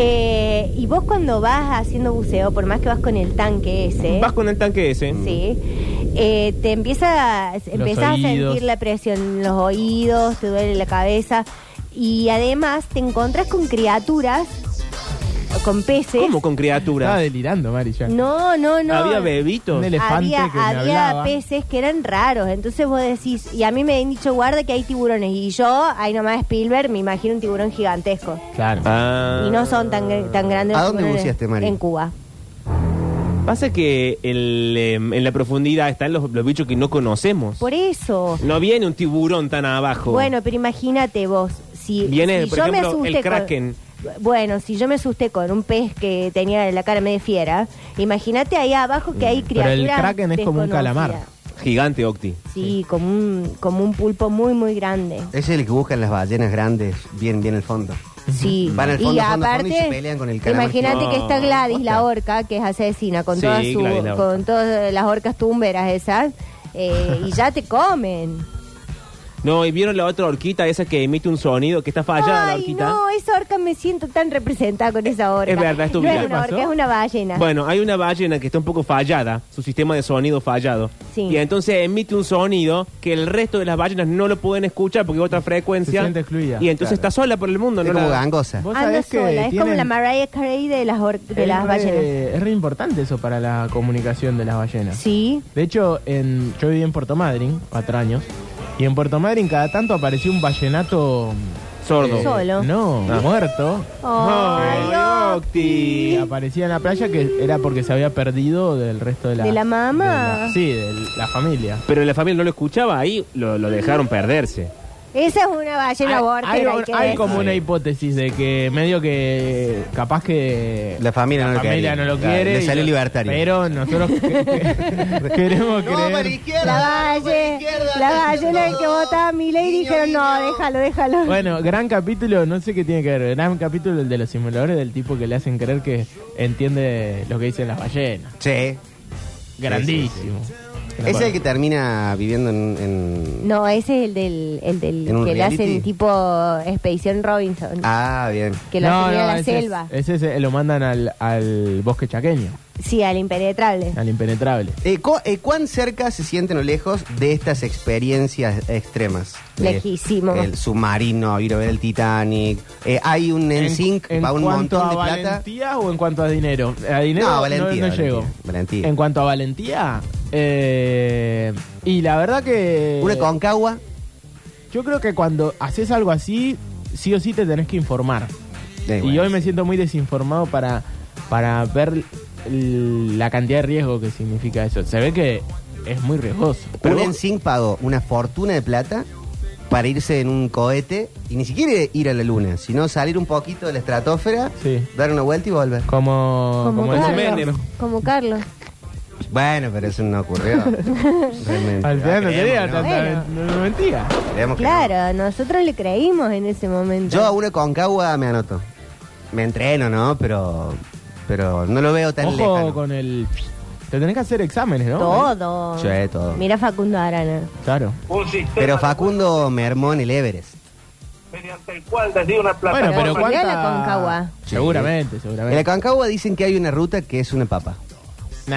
[SPEAKER 4] Eh, y vos cuando vas haciendo buceo, por más que vas con el tanque ese,
[SPEAKER 3] Vas con el tanque ese.
[SPEAKER 4] sí, eh, te empieza, empezás a
[SPEAKER 2] oídos.
[SPEAKER 4] sentir la presión en los oídos, te duele la cabeza y además te encontrás con criaturas, o con peces.
[SPEAKER 3] ¿Cómo con criaturas?
[SPEAKER 2] Estaba delirando, Mari, ya.
[SPEAKER 4] No, no, no.
[SPEAKER 3] Había bebitos.
[SPEAKER 2] Un elefante
[SPEAKER 4] Había,
[SPEAKER 2] que me
[SPEAKER 4] había
[SPEAKER 2] hablaba.
[SPEAKER 4] peces que eran raros, entonces vos decís, y a mí me han dicho guarda que hay tiburones, y yo, ahí nomás Spielberg, me imagino un tiburón gigantesco.
[SPEAKER 2] Claro.
[SPEAKER 3] Ah.
[SPEAKER 4] Y no son tan, tan grandes.
[SPEAKER 1] ¿A
[SPEAKER 4] los
[SPEAKER 1] dónde
[SPEAKER 4] tiburones
[SPEAKER 1] buceaste, Mari?
[SPEAKER 4] En Cuba.
[SPEAKER 3] Pasa que el, em, en la profundidad están los, los bichos que no conocemos.
[SPEAKER 4] Por eso.
[SPEAKER 3] No viene un tiburón tan abajo.
[SPEAKER 4] Bueno, pero imagínate vos, si,
[SPEAKER 3] Viene,
[SPEAKER 4] si
[SPEAKER 3] por
[SPEAKER 4] yo me
[SPEAKER 3] ejemplo,
[SPEAKER 4] asusté
[SPEAKER 3] el
[SPEAKER 4] con-
[SPEAKER 3] kraken.
[SPEAKER 4] bueno, si yo me asusté con un pez que tenía la cara medio fiera, imagínate ahí abajo que hay
[SPEAKER 2] Pero
[SPEAKER 4] criaturas
[SPEAKER 2] el kraken es como un
[SPEAKER 4] desconocidas.
[SPEAKER 2] calamar.
[SPEAKER 3] Gigante, Octi.
[SPEAKER 4] Sí, como un, como un pulpo muy, muy grande.
[SPEAKER 1] Ese es el que buscan las ballenas grandes, bien, bien el fondo.
[SPEAKER 4] Sí.
[SPEAKER 1] Van al fondo,
[SPEAKER 4] y
[SPEAKER 1] fondo, fondo,
[SPEAKER 4] aparte,
[SPEAKER 1] y se pelean con el calamar
[SPEAKER 4] imagínate
[SPEAKER 3] gigante.
[SPEAKER 4] que está Gladys,
[SPEAKER 1] No,
[SPEAKER 4] la
[SPEAKER 1] posta.
[SPEAKER 4] orca, que es asesina, con,
[SPEAKER 3] Sí,
[SPEAKER 4] todas su-
[SPEAKER 3] Gladys, la orca.
[SPEAKER 4] con todas las orcas tumberas esas, eh, y ya te comen.
[SPEAKER 3] No, y vieron la otra orquita, esa que emite un sonido, que está fallada la
[SPEAKER 4] Ay,
[SPEAKER 3] orquita.
[SPEAKER 4] no, esa orca me siento tan representada con esa orca.
[SPEAKER 3] Es verdad, es tu
[SPEAKER 4] No
[SPEAKER 3] vida.
[SPEAKER 4] es una
[SPEAKER 2] ¿Qué pasó?
[SPEAKER 4] orca, es una ballena.
[SPEAKER 3] Bueno, hay una ballena que está un poco fallada, su sistema de sonido fallado.
[SPEAKER 4] Sí.
[SPEAKER 3] Y entonces emite un sonido que el resto de las ballenas no lo pueden escuchar porque es otra frecuencia.
[SPEAKER 2] Se siente excluida.
[SPEAKER 3] Y entonces está sola por el mundo,
[SPEAKER 1] Es
[SPEAKER 3] ¿no?
[SPEAKER 1] como
[SPEAKER 3] la-
[SPEAKER 1] gangosa.
[SPEAKER 2] Vos
[SPEAKER 4] Anda
[SPEAKER 2] sabés que
[SPEAKER 4] sola, es como
[SPEAKER 2] tienen-
[SPEAKER 4] la Mariah Carey de las, or- de
[SPEAKER 2] es
[SPEAKER 4] las
[SPEAKER 2] re-
[SPEAKER 4] ballenas.
[SPEAKER 2] Es re importante eso para la comunicación de las ballenas.
[SPEAKER 4] Sí,
[SPEAKER 2] De hecho, en, yo viví en Puerto Madryn, cuatro años, y en Puerto Madryn cada tanto aparecía un vallenato...
[SPEAKER 3] Sordo.
[SPEAKER 2] eh,
[SPEAKER 4] Solo.
[SPEAKER 2] No,
[SPEAKER 3] Ah.
[SPEAKER 2] muerto.
[SPEAKER 4] Ay,
[SPEAKER 2] Y
[SPEAKER 3] Octi!
[SPEAKER 2] aparecía en la playa que era porque se había perdido del resto de la...
[SPEAKER 4] ¿De la mamá?
[SPEAKER 2] de la- sí, de la familia.
[SPEAKER 3] Pero la familia no lo escuchaba, ahí lo, lo dejaron perderse.
[SPEAKER 4] esa es una ballena abortera,
[SPEAKER 2] hay,
[SPEAKER 4] hay,
[SPEAKER 2] un-
[SPEAKER 4] que
[SPEAKER 2] hay
[SPEAKER 4] decir.
[SPEAKER 2] como una hipótesis de que medio que capaz que
[SPEAKER 1] La familia no lo
[SPEAKER 2] familia
[SPEAKER 1] quería.
[SPEAKER 2] no lo
[SPEAKER 1] Claro,
[SPEAKER 2] quiere.
[SPEAKER 1] le
[SPEAKER 2] y
[SPEAKER 1] salió
[SPEAKER 2] lo-
[SPEAKER 1] libertario.
[SPEAKER 2] Pero nosotros que- queremos creer.
[SPEAKER 4] La valle, la ballena en que votaba mi ley dijeron, no, déjalo, déjalo.
[SPEAKER 2] Bueno, gran capítulo, no sé qué tiene que ver. Gran capítulo el de los simuladores del tipo que le hacen creer que entiende lo que dicen las ballenas.
[SPEAKER 1] Sí.
[SPEAKER 2] Grandísimo.
[SPEAKER 1] Es el que termina viviendo en... en-
[SPEAKER 4] No, ese es el del, el del
[SPEAKER 1] ¿En un
[SPEAKER 4] que le hacen
[SPEAKER 1] reality?
[SPEAKER 4] tipo Expedición Robinson,
[SPEAKER 1] Ah, bien.
[SPEAKER 4] que lo
[SPEAKER 2] No,
[SPEAKER 4] hacen ir a
[SPEAKER 2] no,
[SPEAKER 4] la
[SPEAKER 2] ese es-
[SPEAKER 4] selva.
[SPEAKER 2] ese es- eh, lo mandan al, al bosque chaqueño,
[SPEAKER 4] Sí, al impenetrable.
[SPEAKER 2] al impenetrable.
[SPEAKER 1] Eh, cu- eh, ¿Cuán cerca se sienten o lejos de estas experiencias extremas? De
[SPEAKER 4] Lejísimo.
[SPEAKER 1] El submarino, ir a ver el Titanic. Eh, hay un NSYNC,
[SPEAKER 2] en
[SPEAKER 1] va un
[SPEAKER 2] cuanto
[SPEAKER 1] montón
[SPEAKER 2] a
[SPEAKER 1] de plata.
[SPEAKER 2] valentía o en cuanto a dinero? A dinero
[SPEAKER 1] No,
[SPEAKER 2] no,
[SPEAKER 1] valentía,
[SPEAKER 2] no
[SPEAKER 1] valentía,
[SPEAKER 2] llego.
[SPEAKER 1] valentía.
[SPEAKER 2] En cuanto a valentía, eh, y la verdad que
[SPEAKER 1] Una concagua.
[SPEAKER 2] yo creo que cuando haces algo así, sí o sí te tenés que informar.
[SPEAKER 1] Eh,
[SPEAKER 2] Y
[SPEAKER 1] bueno.
[SPEAKER 2] hoy me siento muy desinformado para para ver l- la cantidad de riesgo que significa eso. Se ve que es muy riesgoso.
[SPEAKER 1] Pero un NSYNC pagó una fortuna de plata para irse en un cohete y ni siquiera ir a la luna, sino salir un poquito de la estratosfera,
[SPEAKER 2] Sí.
[SPEAKER 1] dar una vuelta y volver.
[SPEAKER 2] Como, como
[SPEAKER 3] Carlos.
[SPEAKER 2] ese-
[SPEAKER 3] Menem.
[SPEAKER 4] Como Carlos.
[SPEAKER 1] Bueno, pero eso no ocurrió. Realmente.
[SPEAKER 2] Al final no
[SPEAKER 1] Creemos,
[SPEAKER 2] quería,
[SPEAKER 1] ¿no?
[SPEAKER 2] tanta- no mentía.
[SPEAKER 1] Creemos que no.
[SPEAKER 4] Claro, nosotros le creímos en ese momento.
[SPEAKER 1] Yo a una concagua me anoto. Me entreno, ¿no? Pero pero no lo veo tan
[SPEAKER 2] Ojo
[SPEAKER 1] lejano.
[SPEAKER 2] con el... Te tenés que hacer exámenes, ¿no?
[SPEAKER 4] Todo.
[SPEAKER 1] ¿eh? Sí, todo.
[SPEAKER 4] Mira Facundo Arana.
[SPEAKER 2] Claro.
[SPEAKER 5] un sistema
[SPEAKER 1] Pero Facundo me armó en el Everest.
[SPEAKER 5] mediante el cual desde una plataforma
[SPEAKER 2] Bueno, pero
[SPEAKER 4] Pero mirá
[SPEAKER 2] ¿cuánta...?
[SPEAKER 4] la Concagua.
[SPEAKER 2] Seguramente,
[SPEAKER 1] En la
[SPEAKER 2] seguramente.
[SPEAKER 1] Concagua dicen que hay una ruta que es una papa.
[SPEAKER 4] No,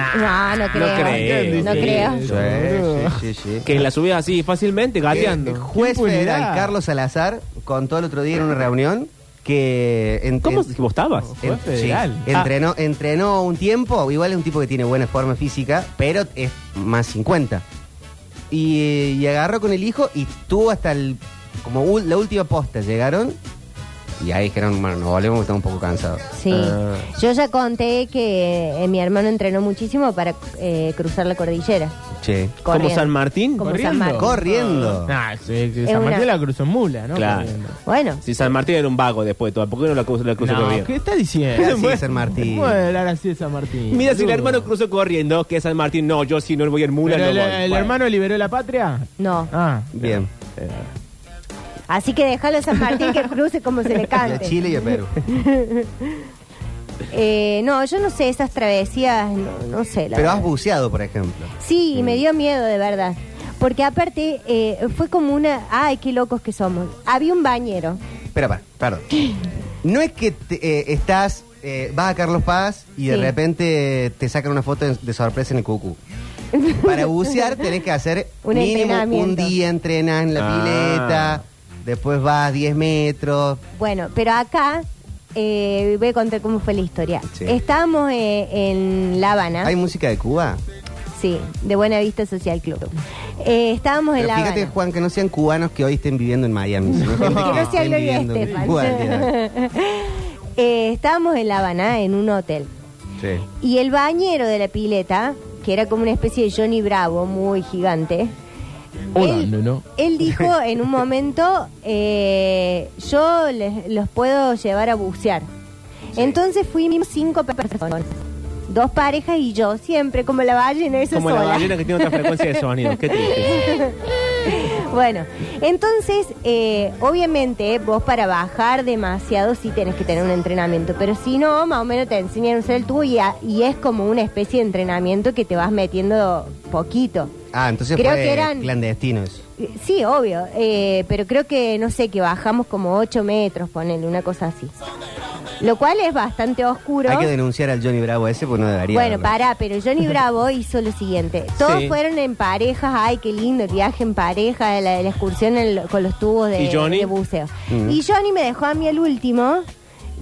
[SPEAKER 4] no creo.
[SPEAKER 3] creo.
[SPEAKER 4] No creo.
[SPEAKER 2] Sí, boludo.
[SPEAKER 1] sí, sí.
[SPEAKER 3] Que la subís así fácilmente,
[SPEAKER 1] El
[SPEAKER 3] gateando.
[SPEAKER 1] juez
[SPEAKER 2] Qué impunidad.
[SPEAKER 1] federal Carlos Salazar contó el otro día en una reunión que en-
[SPEAKER 3] ¿Cómo
[SPEAKER 1] en-
[SPEAKER 3] vos estabas?
[SPEAKER 2] Fue federal. Ah.
[SPEAKER 1] sí, entrenó, entrenó un tiempo, igual es un tipo que tiene buena forma física, pero es más 50. Y, y agarró con el hijo y tuvo hasta el, como ul- la última posta. Llegaron y ahí dijeron, bueno, nos volvemos que estamos un poco cansados.
[SPEAKER 4] Sí.
[SPEAKER 1] Ah.
[SPEAKER 4] Yo ya conté que eh, mi hermano entrenó muchísimo para eh, cruzar la cordillera.
[SPEAKER 1] Che.
[SPEAKER 3] ¿Como
[SPEAKER 4] corriendo.
[SPEAKER 3] San Martín?
[SPEAKER 4] Como San
[SPEAKER 2] ¿Corriendo?
[SPEAKER 4] Martín.
[SPEAKER 1] Corriendo.
[SPEAKER 2] Nah, sí, sí,
[SPEAKER 4] Es
[SPEAKER 2] San
[SPEAKER 4] una-
[SPEAKER 2] Martín la cruzó en mula, ¿no?
[SPEAKER 3] Claro.
[SPEAKER 2] Corriendo.
[SPEAKER 4] Bueno,
[SPEAKER 3] Si San Martín era un vago después de todo, ¿por qué no la cruzó, la cruzó
[SPEAKER 2] No,
[SPEAKER 3] corriendo?
[SPEAKER 2] ¿qué está diciendo?
[SPEAKER 1] ¿Qué así
[SPEAKER 2] Bueno,
[SPEAKER 1] de San Martín?
[SPEAKER 2] ¿Cómo puede hablar así de San Martín?
[SPEAKER 3] Mira, si el
[SPEAKER 2] boludo?
[SPEAKER 3] hermano cruzó corriendo, que es San Martín, no, yo si no voy en mula,
[SPEAKER 2] Pero
[SPEAKER 3] no
[SPEAKER 2] el,
[SPEAKER 3] voy.
[SPEAKER 2] el
[SPEAKER 3] Bueno.
[SPEAKER 2] hermano liberó la patria?
[SPEAKER 4] no.
[SPEAKER 2] Ah.
[SPEAKER 1] Bien.
[SPEAKER 4] Así que déjalo a San Martín que cruce como se le
[SPEAKER 1] Y a
[SPEAKER 4] cante.
[SPEAKER 1] Chile y a Perú.
[SPEAKER 4] Eh, no, yo no sé, esas travesías, no, no sé. La
[SPEAKER 1] Pero has
[SPEAKER 4] verdad.
[SPEAKER 1] buceado, por ejemplo.
[SPEAKER 4] Sí,
[SPEAKER 1] Mm.
[SPEAKER 4] y me dio miedo, de verdad. Porque aparte, eh, fue como una... Ay, qué locos que somos. Había un bañero.
[SPEAKER 1] Espera, pa, perdón. No es que te- eh, estás, eh, vas a Carlos Paz y de
[SPEAKER 4] Sí.
[SPEAKER 1] repente te sacan una foto de, de sorpresa en el cucu. Para bucear tenés que hacer
[SPEAKER 4] Un
[SPEAKER 1] mínimo un
[SPEAKER 4] entrenamiento.
[SPEAKER 1] día entrenas en la
[SPEAKER 3] Ah.
[SPEAKER 1] pileta, después vas 10 metros.
[SPEAKER 4] Bueno, pero acá eh, voy a contar cómo fue la historia.
[SPEAKER 1] Sí.
[SPEAKER 4] Estábamos eh, en La Habana,
[SPEAKER 1] ¿Hay música de Cuba?
[SPEAKER 4] sí, de Buena Vista Social Club. Eh, estábamos en
[SPEAKER 1] Pero
[SPEAKER 4] La Habana.
[SPEAKER 1] fíjate, Juan, que no sean cubanos que hoy estén viviendo en Miami. sino gente
[SPEAKER 4] Que no sea
[SPEAKER 1] estén
[SPEAKER 4] Gloria
[SPEAKER 1] viviendo en
[SPEAKER 4] Estefan.
[SPEAKER 1] Cuba, tío.
[SPEAKER 4] Eh, estábamos en La Habana, en un hotel.
[SPEAKER 1] Sí.
[SPEAKER 4] Y el bañero de la pileta, que era como una especie de Johnny Bravo, muy gigante.
[SPEAKER 1] ¿Eh?
[SPEAKER 2] Hola, Nuno.
[SPEAKER 4] él dijo en un momento, eh, yo les- los puedo llevar a bucear. Entonces fuimos cinco pe- personas, dos parejas y yo, siempre como la ballena, eso
[SPEAKER 3] Como
[SPEAKER 4] sola.
[SPEAKER 3] la ballena que tiene otra frecuencia de sonido. Qué triste.
[SPEAKER 4] Bueno, entonces, eh, obviamente, vos para bajar demasiado sí tenés que tener un entrenamiento, pero si no, más o menos te enseñan a usar el tubo y, a- y es como una especie de entrenamiento que te vas metiendo poquito.
[SPEAKER 1] Ah, entonces
[SPEAKER 4] Creo
[SPEAKER 1] fue
[SPEAKER 4] que eran-
[SPEAKER 1] clandestinos.
[SPEAKER 4] Eh, Sí, obvio, eh, pero creo que, no sé, que bajamos como 8 metros, ponele, una cosa así. Lo cual es bastante oscuro.
[SPEAKER 1] Hay que denunciar al Johnny Bravo ese porque no debería.
[SPEAKER 4] Bueno,
[SPEAKER 1] haberlo.
[SPEAKER 4] pará, pero Johnny Bravo hizo lo siguiente. Todos
[SPEAKER 3] Sí.
[SPEAKER 4] fueron en parejas, ay, qué lindo el viaje en pareja, la, la excursión en- con los tubos de,
[SPEAKER 3] ¿Y Johnny?
[SPEAKER 4] de buceo.
[SPEAKER 1] Mm.
[SPEAKER 4] Y Johnny me dejó a mí el último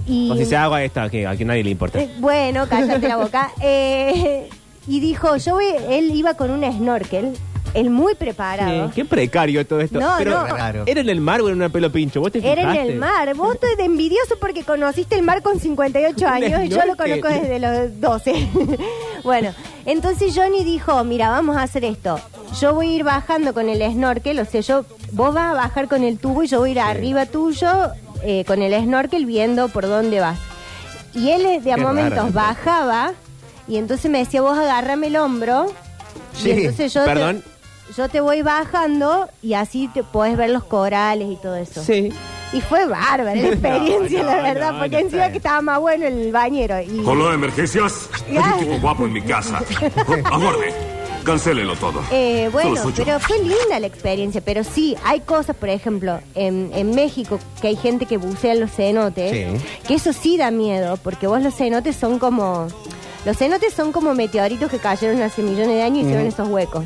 [SPEAKER 4] y...
[SPEAKER 3] O si se
[SPEAKER 1] "Ah".
[SPEAKER 3] haga esta, que a que nadie le importa.
[SPEAKER 4] Eh, Bueno, cállate la boca. Eh, y dijo, yo voy, él iba con un snorkel, él muy preparado.
[SPEAKER 3] Qué precario todo esto.
[SPEAKER 4] No,
[SPEAKER 3] Pero,
[SPEAKER 4] no.
[SPEAKER 1] Raro.
[SPEAKER 3] ¿Era en el mar o era en una pelo pincho? ¿Vos te
[SPEAKER 4] Era en
[SPEAKER 3] fijaste?
[SPEAKER 4] el mar. Vos te de envidioso porque conociste el mar con 58 años y yo lo
[SPEAKER 3] Desnorte.
[SPEAKER 4] conozco desde los 12. bueno, entonces Johnny dijo, mira, vamos a hacer esto. Yo voy a ir bajando con el snorkel, o sea, yo, vos vas a bajar con el tubo y yo voy a ir arriba tuyo eh, con el snorkel viendo por dónde vas. Y él eh, de a
[SPEAKER 3] Qué rara
[SPEAKER 4] momentos
[SPEAKER 3] esta.
[SPEAKER 4] bajaba y entonces me decía, vos agárrame el hombro.
[SPEAKER 1] Sí,
[SPEAKER 4] y entonces yo te-
[SPEAKER 3] perdón.
[SPEAKER 4] yo te voy bajando y así te podés ver los corales y todo eso.
[SPEAKER 3] Sí.
[SPEAKER 4] Y fue bárbara la experiencia,
[SPEAKER 3] no,
[SPEAKER 4] la verdad,
[SPEAKER 3] no,
[SPEAKER 4] porque
[SPEAKER 3] no
[SPEAKER 4] encima
[SPEAKER 3] sé.
[SPEAKER 4] que estaba más bueno el bañero. Y
[SPEAKER 6] Hola, emergencias. Hay
[SPEAKER 4] Ya.
[SPEAKER 6] un tipo guapo en mi casa. Aguarde. Cancélelo todo.
[SPEAKER 4] eh, bueno,
[SPEAKER 6] Todo suyo.
[SPEAKER 4] pero fue linda la experiencia, pero sí, hay cosas, por ejemplo, en, en México que hay gente que bucea en los cenotes,
[SPEAKER 1] Sí.
[SPEAKER 4] que eso sí da miedo, porque vos los cenotes son como... Los cenotes son como meteoritos que cayeron hace millones de años y
[SPEAKER 1] Mm.
[SPEAKER 4] hicieron esos huecos.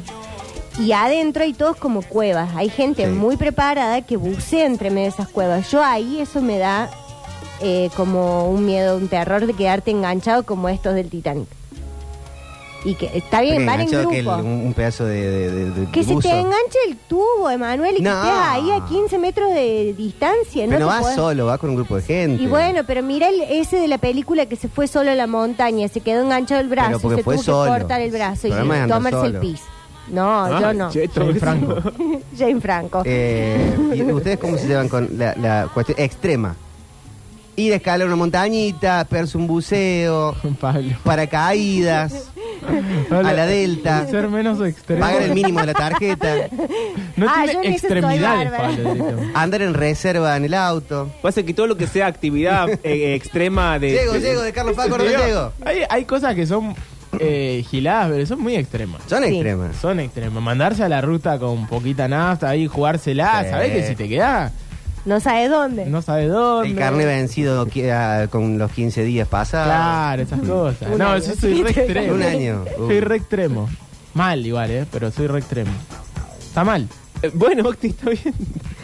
[SPEAKER 4] Y adentro hay todos como cuevas. Hay gente
[SPEAKER 1] Sí.
[SPEAKER 4] muy preparada que bucea entre medio de esas cuevas. Yo ahí eso me da eh, como un miedo, un terror de quedarte enganchado como estos del Titanic. Y que está bien,
[SPEAKER 1] Pero
[SPEAKER 4] van en
[SPEAKER 1] enganchado que el-
[SPEAKER 4] grupo.
[SPEAKER 1] un, un pedazo de, de- de- de
[SPEAKER 4] Que se
[SPEAKER 1] buzo.
[SPEAKER 4] te enganche el tubo, Emanuel, y
[SPEAKER 1] No.
[SPEAKER 4] que estés ahí a 15 metros de distancia.
[SPEAKER 1] Pero no
[SPEAKER 4] te
[SPEAKER 1] va
[SPEAKER 4] podés-
[SPEAKER 1] solo, va con un grupo de gente.
[SPEAKER 4] Y bueno, pero mira el, ese de la película que se fue solo a la montaña, se quedó enganchado el brazo,
[SPEAKER 1] Pero
[SPEAKER 4] y
[SPEAKER 1] porque
[SPEAKER 4] se
[SPEAKER 1] fue
[SPEAKER 4] tuvo
[SPEAKER 1] solo.
[SPEAKER 4] que cortar el brazo y
[SPEAKER 1] El programa es andar
[SPEAKER 4] tomarse el
[SPEAKER 1] solo.
[SPEAKER 4] pis. No,
[SPEAKER 3] Ah,
[SPEAKER 4] yo no.
[SPEAKER 2] Soy Franco.
[SPEAKER 4] Jane Franco.
[SPEAKER 1] Eh, ¿Y ustedes cómo se llevan con la, la cuestión extrema? Ir a escalar una montañita, perse un buceo,
[SPEAKER 2] Pablo.
[SPEAKER 1] paracaídas, a la delta,
[SPEAKER 2] Ser menos extremo.
[SPEAKER 1] pagar el mínimo de la tarjeta,
[SPEAKER 2] No
[SPEAKER 4] Ah, yo
[SPEAKER 2] tiene
[SPEAKER 4] en eso soy
[SPEAKER 2] extremidades,
[SPEAKER 4] bárbara.
[SPEAKER 2] Pablo. directamente.
[SPEAKER 1] andar en reserva en el auto.
[SPEAKER 3] Pasa que todo lo que sea actividad eh, extrema de.
[SPEAKER 1] Llego,
[SPEAKER 3] de-
[SPEAKER 1] llego, de Carlos Paz Gordo, llego.
[SPEAKER 2] Hay, hay cosas que son eh, giladas, pero son muy extremas.
[SPEAKER 1] Son
[SPEAKER 4] Sí.
[SPEAKER 1] extremas.
[SPEAKER 2] Son extremas. Mandarse a la ruta con poquita nafta, ahí jugársela.
[SPEAKER 1] Sí.
[SPEAKER 2] Sabés que si te quedás,
[SPEAKER 4] No sabes dónde.
[SPEAKER 2] no sabes dónde.
[SPEAKER 1] El carne vencido qui- ah, con los 15 días pasados.
[SPEAKER 2] Claro, esas cosas.
[SPEAKER 4] Un
[SPEAKER 2] no,
[SPEAKER 4] año.
[SPEAKER 2] yo soy re extremo.
[SPEAKER 1] Un año. Uh.
[SPEAKER 2] Soy re extremo. Mal igual, ¿eh? Pero soy re extremo. Está mal.
[SPEAKER 3] Eh, Bueno, Octi, está bien.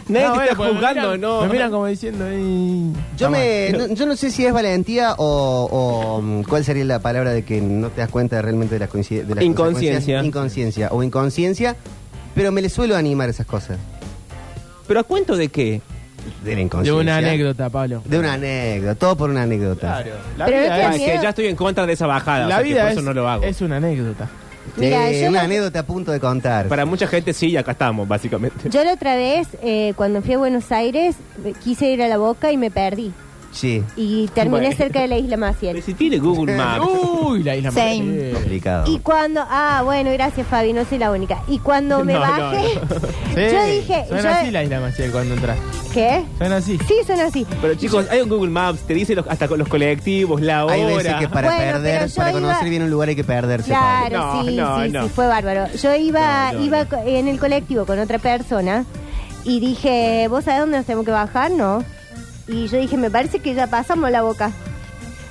[SPEAKER 3] Nadie
[SPEAKER 2] No,
[SPEAKER 3] te
[SPEAKER 2] bueno, pues,
[SPEAKER 3] está
[SPEAKER 2] porque me
[SPEAKER 3] juzgando,
[SPEAKER 2] miran-
[SPEAKER 3] no.
[SPEAKER 2] Me miran como diciendo... "Ey". Está
[SPEAKER 1] Yo, me,
[SPEAKER 2] mal.
[SPEAKER 1] no, yo no sé si es valentía o, o, mm, cuál sería la palabra de que no te das cuenta realmente de las coincidencias.
[SPEAKER 3] Inconsciencia.
[SPEAKER 1] Inconsciencia o inconsciencia, pero me le suelo animar esas cosas.
[SPEAKER 3] ¿Pero a cuento de qué?
[SPEAKER 1] De la
[SPEAKER 2] De
[SPEAKER 1] inconsciencia.
[SPEAKER 2] una anécdota, Pablo.
[SPEAKER 1] De una anécdota, todo por una anécdota.
[SPEAKER 2] Claro. La
[SPEAKER 4] Pero no te
[SPEAKER 2] vida
[SPEAKER 3] Ah,
[SPEAKER 2] es...
[SPEAKER 3] es que
[SPEAKER 4] miedo.
[SPEAKER 3] ya estoy en contra de esa bajada. Ah,
[SPEAKER 2] La
[SPEAKER 3] o sea que
[SPEAKER 2] vida
[SPEAKER 3] por
[SPEAKER 2] es,
[SPEAKER 3] eso no lo hago.
[SPEAKER 2] es una anécdota.
[SPEAKER 1] Sí,
[SPEAKER 4] Mira, yo
[SPEAKER 1] una
[SPEAKER 4] la-
[SPEAKER 1] anécdota a punto de contar.
[SPEAKER 3] Para mucha gente sí, y acá estamos, básicamente.
[SPEAKER 4] Yo la otra vez, eh, cuando fui a Buenos Aires, eh, quise ir a la boca y me perdí.
[SPEAKER 1] Sí,
[SPEAKER 4] Y terminé
[SPEAKER 3] Bueno.
[SPEAKER 4] cerca de la isla Maciel.
[SPEAKER 3] Pero si tiene Google Maps.
[SPEAKER 2] Uy, la isla
[SPEAKER 7] Same.
[SPEAKER 2] Maciel.
[SPEAKER 1] complicado.
[SPEAKER 4] Y cuando, ah, bueno, gracias Fabi, no soy la única. Y cuando me
[SPEAKER 3] No, no,
[SPEAKER 4] bajé,
[SPEAKER 2] Sí.
[SPEAKER 4] yo dije,
[SPEAKER 2] Suena
[SPEAKER 4] yo-
[SPEAKER 2] así la isla Maciel cuando entras.
[SPEAKER 4] ¿qué?
[SPEAKER 2] Suena así.
[SPEAKER 4] Sí, son así.
[SPEAKER 3] Pero chicos, hay un Google Maps, te dice los- hasta con los colectivos, la hora.
[SPEAKER 1] Hay veces que para
[SPEAKER 4] Bueno, pero
[SPEAKER 1] perder,
[SPEAKER 4] yo
[SPEAKER 1] para
[SPEAKER 4] iba-
[SPEAKER 1] conocer bien un lugar hay que perderse. Pablo.
[SPEAKER 4] Claro,
[SPEAKER 3] No,
[SPEAKER 4] sí,
[SPEAKER 3] no,
[SPEAKER 4] sí,
[SPEAKER 3] no.
[SPEAKER 4] sí, fue bárbaro. Yo iba,
[SPEAKER 3] No, no,
[SPEAKER 4] iba
[SPEAKER 3] no.
[SPEAKER 4] co- en el colectivo con otra persona y dije, ¿vos sabés dónde nos tenemos que bajar? No. Y yo dije, me parece que ya pasamos la boca.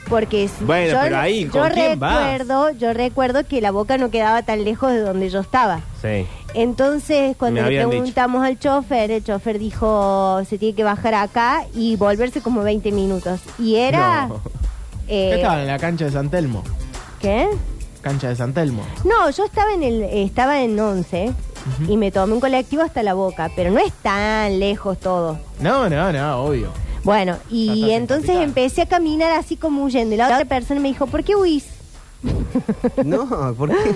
[SPEAKER 4] Porque si-
[SPEAKER 3] Bueno,
[SPEAKER 4] yo,
[SPEAKER 3] pero ahí, ¿con
[SPEAKER 4] yo
[SPEAKER 3] quién vas?
[SPEAKER 4] recuerdo, yo recuerdo que la boca no quedaba tan lejos de donde yo estaba.
[SPEAKER 3] Sí.
[SPEAKER 4] Entonces,
[SPEAKER 3] Me
[SPEAKER 4] cuando le
[SPEAKER 3] habían
[SPEAKER 4] preguntamos al chofer, el chofer dijo, se tiene que bajar acá y volverse como 20 minutos. Y era...
[SPEAKER 3] No.
[SPEAKER 2] Yo
[SPEAKER 4] eh,
[SPEAKER 2] Estaba en la cancha de San Telmo.
[SPEAKER 4] ¿Qué?
[SPEAKER 2] Cancha de San Telmo.
[SPEAKER 4] No, yo estaba en el estaba en 11 y me tomé un colectivo hasta la boca, pero no es tan lejos todo.
[SPEAKER 2] No, no, no, obvio.
[SPEAKER 4] Bueno,
[SPEAKER 2] Ya
[SPEAKER 4] y
[SPEAKER 2] estás
[SPEAKER 4] entonces
[SPEAKER 2] simpatizada.
[SPEAKER 4] empecé a caminar así como huyendo. Y la otra persona me dijo, ¿por qué huís?
[SPEAKER 1] No, ¿por qué?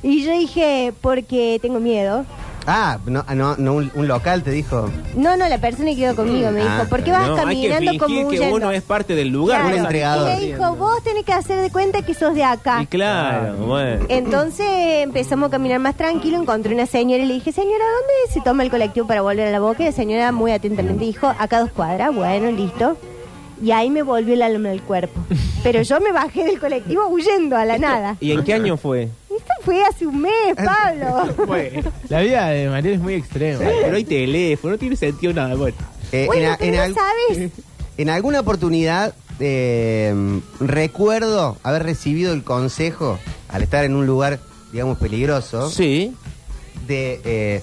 [SPEAKER 4] Y yo dije, porque tengo miedo.
[SPEAKER 1] Ah, no, no, no, un, un local te dijo.
[SPEAKER 4] No, no, la persona que quedó conmigo me
[SPEAKER 1] Ah,
[SPEAKER 4] dijo, ¿por qué vas
[SPEAKER 3] Mm, No, hay que
[SPEAKER 4] caminando
[SPEAKER 3] fingir
[SPEAKER 4] como
[SPEAKER 3] que
[SPEAKER 4] huyendo?
[SPEAKER 3] uno es parte del lugar.
[SPEAKER 1] Claro.
[SPEAKER 3] uno es-
[SPEAKER 1] entregador.
[SPEAKER 4] Y me dijo, vos tenés que hacer de cuenta que sos de acá.
[SPEAKER 3] Y claro, bueno.
[SPEAKER 4] Entonces empezamos a caminar más tranquilo, encontré una señora y le dije, señora, ¿dónde se toma el colectivo para volver a la boca? Y la señora muy atentamente dijo, acá dos cuadras, bueno, listo. Y ahí me volvió el alma al cuerpo. Pero yo me bajé del colectivo huyendo a la nada.
[SPEAKER 3] ¿Y en qué año fue?
[SPEAKER 4] Esto fue hace un
[SPEAKER 1] Eh,
[SPEAKER 4] mes, Pablo.
[SPEAKER 2] La vida de Mariel es muy extrema.
[SPEAKER 3] Pero hay teléfono, no tiene sentido nada. Bueno,
[SPEAKER 1] Eh,
[SPEAKER 4] Bueno,
[SPEAKER 1] a-
[SPEAKER 4] pero no
[SPEAKER 1] al- eh,
[SPEAKER 4] sabes.
[SPEAKER 1] En alguna oportunidad eh, recuerdo haber recibido el consejo al estar en un lugar, digamos, peligroso,
[SPEAKER 3] sí.
[SPEAKER 1] de... eh,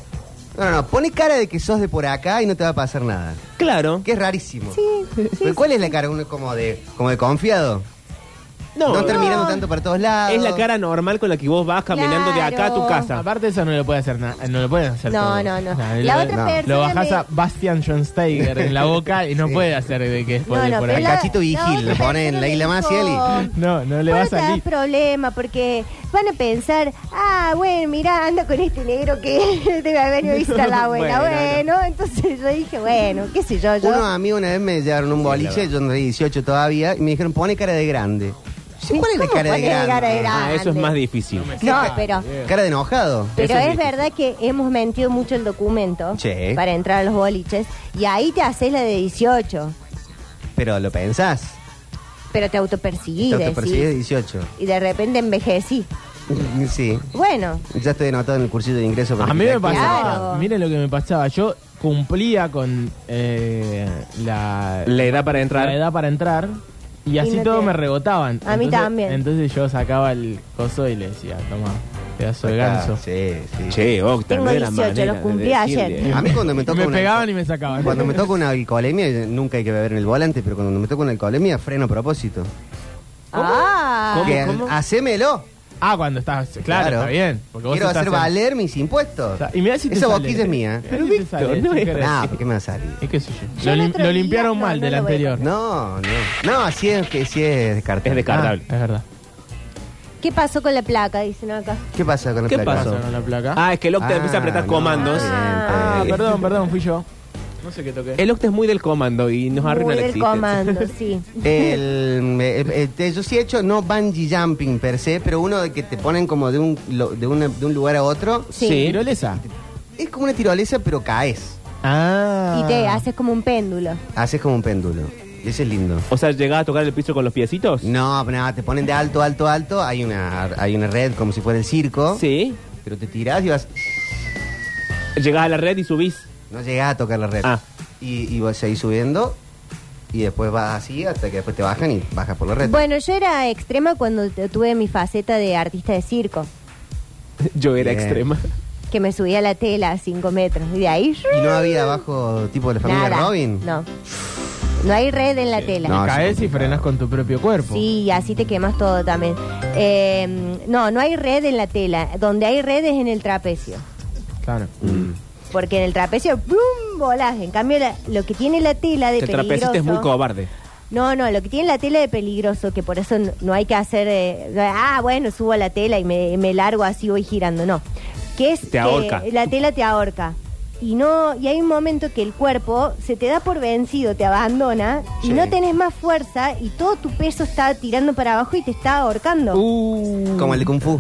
[SPEAKER 1] no, no, no, pone cara de que sos de por acá y no te va a pasar nada.
[SPEAKER 3] Claro.
[SPEAKER 1] Que es rarísimo.
[SPEAKER 4] Sí, sí.
[SPEAKER 1] Pero ¿Cuál es la cara? ¿Uno como de, como de confiado? No,
[SPEAKER 3] No,
[SPEAKER 1] estar mirando tanto para todos lados.
[SPEAKER 3] es la cara normal con la que vos vas caminando de acá a tu
[SPEAKER 4] Claro.
[SPEAKER 3] casa.
[SPEAKER 2] Aparte eso no lo puede hacer nada, no lo pueden hacer
[SPEAKER 4] No,
[SPEAKER 2] todo.
[SPEAKER 4] no, no.
[SPEAKER 2] Nah,
[SPEAKER 4] La
[SPEAKER 2] lo-
[SPEAKER 4] otra
[SPEAKER 2] no.
[SPEAKER 4] persona
[SPEAKER 2] Lo bajás
[SPEAKER 4] me-
[SPEAKER 2] a Bastian Schweinsteiger en la boca y no puede hacer de que es por,
[SPEAKER 4] No, no,
[SPEAKER 2] por
[SPEAKER 4] pero
[SPEAKER 2] acá.
[SPEAKER 1] El cachito
[SPEAKER 4] la
[SPEAKER 1] vigil, lo
[SPEAKER 4] otra
[SPEAKER 1] pone en
[SPEAKER 4] persona
[SPEAKER 1] la
[SPEAKER 4] me
[SPEAKER 1] isla Maciel y...
[SPEAKER 4] dijo,
[SPEAKER 2] No, no le va a
[SPEAKER 4] Vos te das
[SPEAKER 2] salir.
[SPEAKER 4] problema porque van a pensar, ah, bueno, mirá, anda con este negro que debe haber venido a visitar la abuela.
[SPEAKER 3] Bueno,
[SPEAKER 4] bueno, entonces yo dije, bueno, qué sé yo, yo.
[SPEAKER 1] Unos amigos una vez me llevaron un boliche, yo no tenía 18 todavía, y me dijeron, pone cara de grande. Sí, ¿Cuál es la
[SPEAKER 4] ¿Cómo
[SPEAKER 1] cara de
[SPEAKER 4] pone
[SPEAKER 1] grande?
[SPEAKER 4] cara de grande?
[SPEAKER 3] Ah, eso es
[SPEAKER 4] grande.
[SPEAKER 3] más difícil.
[SPEAKER 4] no, pero,
[SPEAKER 1] Cara de enojado.
[SPEAKER 4] pero
[SPEAKER 3] Eso
[SPEAKER 4] es,
[SPEAKER 3] es difícil.
[SPEAKER 4] verdad que hemos mentido mucho el documento
[SPEAKER 1] Sí.
[SPEAKER 4] para entrar a los boliches y ahí te haces la de 18,
[SPEAKER 1] Pero lo pensás.
[SPEAKER 4] pero te
[SPEAKER 1] Te
[SPEAKER 4] autopercibís.
[SPEAKER 1] autopercibes
[SPEAKER 4] decís,
[SPEAKER 1] 18.
[SPEAKER 4] Y de repente envejecí.
[SPEAKER 1] Sí.
[SPEAKER 4] Bueno,
[SPEAKER 1] Ya estoy anotado en el cursillo de ingreso para
[SPEAKER 2] A mí me
[SPEAKER 1] arquitecto.
[SPEAKER 2] pasaba,
[SPEAKER 4] Claro.
[SPEAKER 2] miren lo que me pasaba, yo cumplía con eh, la,
[SPEAKER 3] La edad para entrar.
[SPEAKER 2] la edad para entrar y así
[SPEAKER 4] no
[SPEAKER 2] todo
[SPEAKER 4] te-
[SPEAKER 2] me rebotaban.
[SPEAKER 4] A mí también.
[SPEAKER 2] Entonces yo sacaba el coso y le decía, toma, pedazo de
[SPEAKER 1] Acá,
[SPEAKER 2] ganso.
[SPEAKER 1] Sí, sí.
[SPEAKER 3] Che, Octa,
[SPEAKER 4] Tengo
[SPEAKER 3] no era
[SPEAKER 4] 18,
[SPEAKER 3] manera
[SPEAKER 4] los
[SPEAKER 3] de
[SPEAKER 4] cumplí
[SPEAKER 3] decirle.
[SPEAKER 4] ayer.
[SPEAKER 1] A mí cuando me
[SPEAKER 2] Y
[SPEAKER 1] toca
[SPEAKER 2] me
[SPEAKER 1] una...
[SPEAKER 2] pegaban y me sacaban.
[SPEAKER 1] Cuando me toca una alcoholemia, nunca hay que beber en el volante, pero cuando me toca una alcoholemia, freno a propósito.
[SPEAKER 4] ah,
[SPEAKER 1] Que- Hacémelo.
[SPEAKER 2] Ah, cuando estás. Claro, está bien. Porque vos
[SPEAKER 1] Quiero
[SPEAKER 2] estás
[SPEAKER 1] hacer
[SPEAKER 2] en-
[SPEAKER 1] valer mis impuestos.
[SPEAKER 2] O sea, y mirá si te
[SPEAKER 1] Esa
[SPEAKER 2] sale.
[SPEAKER 1] boquilla es mía.
[SPEAKER 2] Mirá si te sale,
[SPEAKER 3] no
[SPEAKER 2] si
[SPEAKER 3] es-
[SPEAKER 2] querés.
[SPEAKER 1] Nah, ¿por qué me va a salir?
[SPEAKER 2] Es que sé yo.
[SPEAKER 4] Yo
[SPEAKER 2] Lo,
[SPEAKER 4] el
[SPEAKER 2] lim-
[SPEAKER 4] otro
[SPEAKER 2] lo
[SPEAKER 4] día-
[SPEAKER 2] limpiaron
[SPEAKER 4] no,
[SPEAKER 2] mal
[SPEAKER 4] no
[SPEAKER 2] del
[SPEAKER 4] lo voy a
[SPEAKER 2] anterior.
[SPEAKER 1] No, no. No, así es que sí es descartable.
[SPEAKER 3] Es
[SPEAKER 2] Ah,
[SPEAKER 3] descartable.
[SPEAKER 2] es verdad.
[SPEAKER 4] ¿Qué pasó con la placa? Dicen acá.
[SPEAKER 1] ¿Qué pasa con el
[SPEAKER 3] ¿Qué
[SPEAKER 1] placa?
[SPEAKER 3] pasó?
[SPEAKER 2] Pasaron la placa.
[SPEAKER 3] Ah, es que el Octa empieza a apretar
[SPEAKER 1] no,
[SPEAKER 3] comandos.
[SPEAKER 1] está bien, está
[SPEAKER 2] Ah,
[SPEAKER 1] bien.
[SPEAKER 2] perdón, perdón, fui yo. No sé qué toqué.
[SPEAKER 1] Eh,
[SPEAKER 3] El Octa es muy del comando y nos arruina
[SPEAKER 4] Muy
[SPEAKER 3] la
[SPEAKER 4] del
[SPEAKER 3] existencia.
[SPEAKER 4] comando, sí.
[SPEAKER 1] El, eh, eh, yo sí he hecho no bungee jumping per se, pero uno de que te ponen como de un, lo- de una- de un lugar a otro.
[SPEAKER 4] Sí.
[SPEAKER 2] ¿Tirolesa?
[SPEAKER 1] Es como una tirolesa, pero caes.
[SPEAKER 2] Ah.
[SPEAKER 4] Y te haces como un péndulo.
[SPEAKER 1] Haces como un péndulo. Y eso es lindo.
[SPEAKER 3] O sea, llegás a tocar el piso con los piecitos.
[SPEAKER 1] No, no, te ponen de alto, alto, alto. Hay una, hay una red como si fuera el circo.
[SPEAKER 3] Sí.
[SPEAKER 1] Pero te tirás y vas.
[SPEAKER 3] Llegás a la red y subís.
[SPEAKER 1] No llegás a tocar la red.
[SPEAKER 3] Ah.
[SPEAKER 1] Y, y vas seguís subiendo. Y después vas así hasta que después te bajan y bajas por la red.
[SPEAKER 4] Bueno, yo era extrema cuando t- tuve mi faceta de artista de circo,
[SPEAKER 3] Yo era
[SPEAKER 1] Bien.
[SPEAKER 3] extrema.
[SPEAKER 4] que me subía a la tela a 5 metros. Y de ahí.
[SPEAKER 1] ¿Y no había abajo tipo de la familia
[SPEAKER 4] Nada.
[SPEAKER 1] Robin?
[SPEAKER 4] No. No hay red en la tela.
[SPEAKER 1] No,
[SPEAKER 2] Caes
[SPEAKER 1] sí,
[SPEAKER 2] y
[SPEAKER 1] complicado.
[SPEAKER 2] frenas con tu propio cuerpo.
[SPEAKER 4] Sí, así te quemas todo también. Eh, no, no hay red en la tela. Donde hay red es en el trapecio.
[SPEAKER 2] Claro.
[SPEAKER 4] Porque en el trapecio, ¡plum! volás. En cambio, la- lo que tiene la tela de
[SPEAKER 3] El
[SPEAKER 4] peligroso...
[SPEAKER 3] trapecista es muy cobarde.
[SPEAKER 4] No, no, lo que tiene la tela de peligroso, que por eso no, no hay que hacer... eh, ah, bueno, subo a la tela y me, me largo así, voy girando. No. Que es
[SPEAKER 3] Te
[SPEAKER 4] que
[SPEAKER 3] ahorca.
[SPEAKER 4] La tela te ahorca. Y no y hay un momento que el cuerpo se te da por vencido, te abandona
[SPEAKER 1] Sí.
[SPEAKER 4] y no tenés más fuerza y todo tu peso está tirando para abajo y te está
[SPEAKER 3] Uh,
[SPEAKER 4] ahorcando.
[SPEAKER 1] Como el de Kung Fu.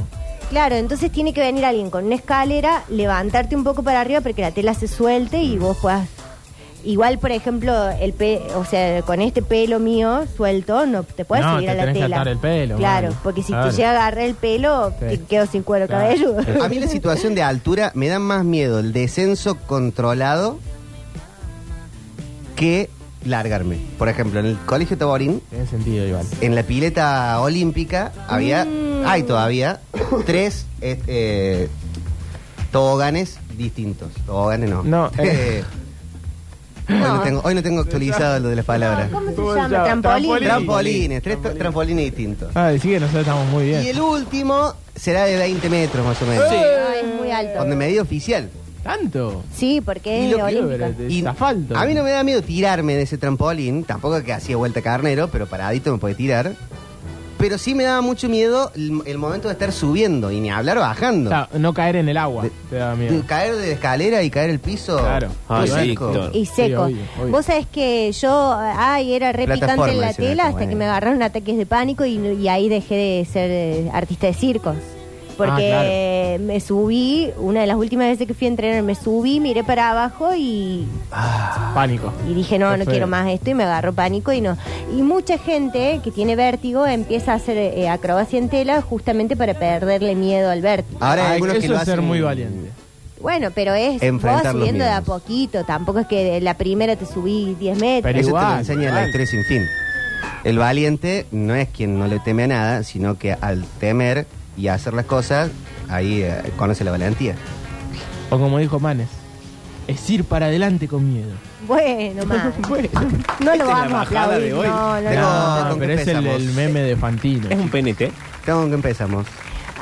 [SPEAKER 4] Claro, entonces tiene que venir alguien con una escalera, levantarte un poco para arriba para que la tela se suelte y vos puedas. Igual, por ejemplo, el pe... o sea, con este pelo mío suelto, no te puedes
[SPEAKER 2] No,
[SPEAKER 4] subir
[SPEAKER 2] te
[SPEAKER 4] a la
[SPEAKER 2] tenés que
[SPEAKER 4] tela.
[SPEAKER 2] atar el pelo,
[SPEAKER 4] Claro,
[SPEAKER 2] mano.
[SPEAKER 4] porque si
[SPEAKER 2] Claro.
[SPEAKER 4] te llega a agarrar el pelo,
[SPEAKER 2] Sí.
[SPEAKER 4] te quedo sin cuero
[SPEAKER 2] Claro.
[SPEAKER 4] cabelludo.
[SPEAKER 1] A mí la situación de altura me da más miedo el descenso controlado que largarme. Por ejemplo, en el Colegio Taborín,
[SPEAKER 2] Tiene sentido igual.
[SPEAKER 1] en la pileta olímpica, había, hay todavía, tres eh, eh, toboganes distintos. Toboganes no.
[SPEAKER 2] No, eh.
[SPEAKER 1] hoy, no.
[SPEAKER 4] No.
[SPEAKER 1] tengo, hoy no tengo actualizado lo de las palabras.
[SPEAKER 4] ¿Cómo se
[SPEAKER 2] ¿Cómo se
[SPEAKER 4] llama?
[SPEAKER 2] llama?
[SPEAKER 4] Trampolín.
[SPEAKER 2] Trampolín.
[SPEAKER 1] Trampolines, tres to- trampolines distintos.
[SPEAKER 2] Ah, sí que nosotros estamos muy
[SPEAKER 1] Y
[SPEAKER 2] bien.
[SPEAKER 1] el último será de 20 metros más o menos.
[SPEAKER 4] No, es muy alto.
[SPEAKER 1] Donde medida oficial.
[SPEAKER 2] ¿Tanto?
[SPEAKER 4] Sí, porque
[SPEAKER 1] Y
[SPEAKER 4] es
[SPEAKER 1] lo que-
[SPEAKER 4] olímpica.
[SPEAKER 2] pero-
[SPEAKER 1] Y
[SPEAKER 2] Zafalto.
[SPEAKER 1] A mí no me da miedo tirarme de ese trampolín, tampoco que hacía vuelta carnero, pero paradito me puede tirar. Pero sí me daba mucho miedo el, el momento de estar subiendo y ni hablar bajando.
[SPEAKER 2] O sea, no caer en el agua.
[SPEAKER 1] De-
[SPEAKER 2] te da miedo.
[SPEAKER 1] De caer de la escalera y caer el piso.
[SPEAKER 2] Claro.
[SPEAKER 1] todo
[SPEAKER 3] Ay,
[SPEAKER 1] seco.
[SPEAKER 3] Víctor.
[SPEAKER 4] Y seco.
[SPEAKER 2] Sí, obvio, obvio.
[SPEAKER 4] Vos sabés que yo, ay, era re
[SPEAKER 1] Plataforma,
[SPEAKER 4] picante en la
[SPEAKER 1] dicen
[SPEAKER 4] tela
[SPEAKER 1] acá,
[SPEAKER 4] hasta que
[SPEAKER 1] bueno.
[SPEAKER 4] me agarraron ataques de pánico y, y ahí dejé de ser eh, artista de circos. Porque
[SPEAKER 2] Ah,
[SPEAKER 4] me subí, una de las últimas veces que fui a entrenar, me subí, miré para abajo y,
[SPEAKER 2] Pánico.
[SPEAKER 4] y dije, no,
[SPEAKER 2] Qué
[SPEAKER 4] no
[SPEAKER 2] feo.
[SPEAKER 4] quiero más esto y me agarró pánico y no. Y mucha gente que tiene vértigo empieza a hacer eh, acrobacia en tela justamente para perderle miedo al vértigo.
[SPEAKER 1] Ahora hay
[SPEAKER 2] Ay,
[SPEAKER 1] algunos
[SPEAKER 2] eso
[SPEAKER 1] que lo
[SPEAKER 2] es
[SPEAKER 1] hacen
[SPEAKER 2] ser muy valiente.
[SPEAKER 4] Bueno, pero es vos
[SPEAKER 1] Enfrentar los
[SPEAKER 4] subiendo de a
[SPEAKER 1] miedos.
[SPEAKER 4] poquito, tampoco es que de la primera te subí 10 metros.
[SPEAKER 2] Pero
[SPEAKER 1] Eso te
[SPEAKER 2] igual,
[SPEAKER 1] lo enseña la
[SPEAKER 2] igual.
[SPEAKER 1] historia sin fin. El valiente no es quien no le teme a nada, sino que al temer y hacer las cosas, ahí eh, conoce la valentía.
[SPEAKER 2] O como dijo Manes, es ir para adelante con miedo.
[SPEAKER 4] Bueno, más. No
[SPEAKER 3] Esta
[SPEAKER 4] lo
[SPEAKER 3] es la
[SPEAKER 4] vamos a
[SPEAKER 3] bajada
[SPEAKER 4] aplaudir.
[SPEAKER 3] de hoy.
[SPEAKER 4] No, no,
[SPEAKER 1] Pero-
[SPEAKER 4] no.
[SPEAKER 1] ¿con
[SPEAKER 2] pero
[SPEAKER 1] qué
[SPEAKER 2] es el,
[SPEAKER 1] empezamos?
[SPEAKER 2] el meme de Fantino.
[SPEAKER 3] Es un PNT.
[SPEAKER 1] ¿Cómo que empezamos?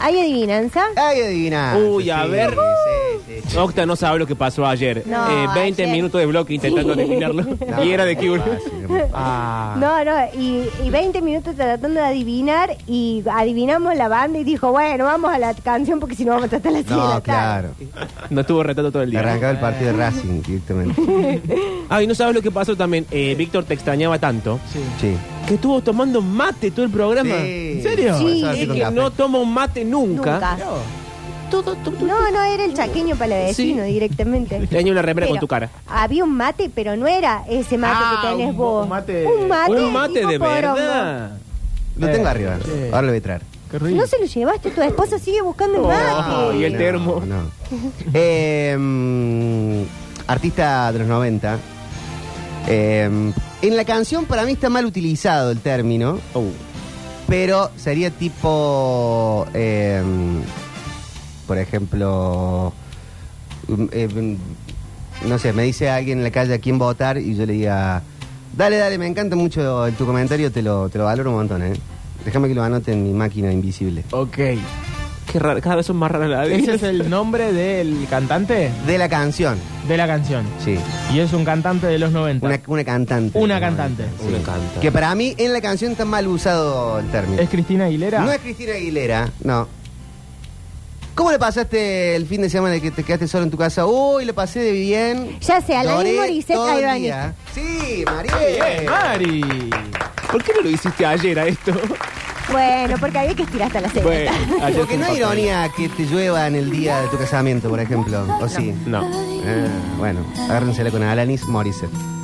[SPEAKER 4] ¿Hay adivinanza?
[SPEAKER 1] ¡Ay, adivina!
[SPEAKER 3] Uy, a ver.
[SPEAKER 1] sí, sí, sí.
[SPEAKER 3] Octa no sabe lo que pasó ayer.
[SPEAKER 4] No,
[SPEAKER 3] Eh, 20
[SPEAKER 4] ayer.
[SPEAKER 3] minutos de bloque intentando adivinarlo.
[SPEAKER 1] No,
[SPEAKER 3] y era de Cure.
[SPEAKER 1] muy fácil, muy fácil.
[SPEAKER 2] Ah,
[SPEAKER 4] No, no, y, y 20 minutos tratando de adivinar y adivinamos la banda y dijo, bueno, vamos a la canción porque si no vamos a tratar la serie de
[SPEAKER 1] No,
[SPEAKER 4] la tarde.
[SPEAKER 1] claro.
[SPEAKER 3] No estuvo retando todo el día.
[SPEAKER 1] Arrancaba el partido de Racing directamente.
[SPEAKER 3] Ah, y no sabes lo que pasó también. Eh, Víctor te extrañaba tanto
[SPEAKER 1] Sí.
[SPEAKER 3] que estuvo tomando mate todo el programa.
[SPEAKER 1] ¿En
[SPEAKER 2] serio?
[SPEAKER 4] Sí.
[SPEAKER 3] Es que no toma un mate nunca.
[SPEAKER 4] Nunca. No, no, era el chaqueño palavecino directamente.
[SPEAKER 3] Tenía una remera
[SPEAKER 4] Pero
[SPEAKER 3] con tu cara.
[SPEAKER 4] Había un mate, pero no era ese mate
[SPEAKER 2] Ah,
[SPEAKER 4] que tenés
[SPEAKER 2] un-
[SPEAKER 4] vos.
[SPEAKER 2] un mate-
[SPEAKER 4] Un mate,
[SPEAKER 3] un mate
[SPEAKER 4] tipo
[SPEAKER 3] de
[SPEAKER 4] porongo.
[SPEAKER 3] verdad.
[SPEAKER 1] Lo tengo arriba.
[SPEAKER 2] Sí.
[SPEAKER 1] Ahora lo voy a traer.
[SPEAKER 2] qué rico.
[SPEAKER 4] No se lo llevaste, tu esposa sigue buscando el
[SPEAKER 3] Oh,
[SPEAKER 4] mate.
[SPEAKER 3] y el termo.
[SPEAKER 1] No. Eh, mm, artista de los 90. Eh, en la canción para mí está mal utilizado el término,
[SPEAKER 3] Oh.
[SPEAKER 1] pero sería tipo, eh, por ejemplo, mm, eh, mm, no sé, me dice alguien en la calle a quién votar y yo le diga, dale, dale, me encanta mucho el- tu comentario, te lo, te lo valoro un montón, ¿eh? Déjame que lo anote en mi máquina invisible.
[SPEAKER 2] Ok.
[SPEAKER 3] Qué raro, cada vez son más raras las
[SPEAKER 2] Ese es
[SPEAKER 3] adivinanzas.
[SPEAKER 2] el nombre del cantante
[SPEAKER 1] De la canción,
[SPEAKER 2] de la canción.
[SPEAKER 1] sí.
[SPEAKER 2] Y es un cantante de los 90.
[SPEAKER 1] Una, una cantante.
[SPEAKER 2] Una cantante.
[SPEAKER 1] Sí.
[SPEAKER 3] Una cantante.
[SPEAKER 1] Que para mí en la canción está mal usado el término.
[SPEAKER 2] ¿Es Cristina Aguilera?
[SPEAKER 1] No es Cristina Aguilera, no. ¿Cómo le pasaste el fin de semana que te quedaste solo en tu casa? Uy, le pasé de bien.
[SPEAKER 4] Ya sé, Alanis
[SPEAKER 1] Lloré
[SPEAKER 4] Morissette,
[SPEAKER 1] todo el
[SPEAKER 4] Ibanez.
[SPEAKER 1] día. Sí, María.
[SPEAKER 2] Bien, Mari.
[SPEAKER 3] ¿Por qué no lo hiciste ayer a esto?
[SPEAKER 4] Bueno, porque había que estirar hasta la semana.
[SPEAKER 3] ayer fue
[SPEAKER 1] Porque
[SPEAKER 3] un
[SPEAKER 1] no hay
[SPEAKER 3] papel.
[SPEAKER 1] ironía que te llueva en el día de tu casamiento, por ejemplo. ¿O sí?
[SPEAKER 3] No.
[SPEAKER 1] Ah, bueno, agárrensela con Alanis Morissette.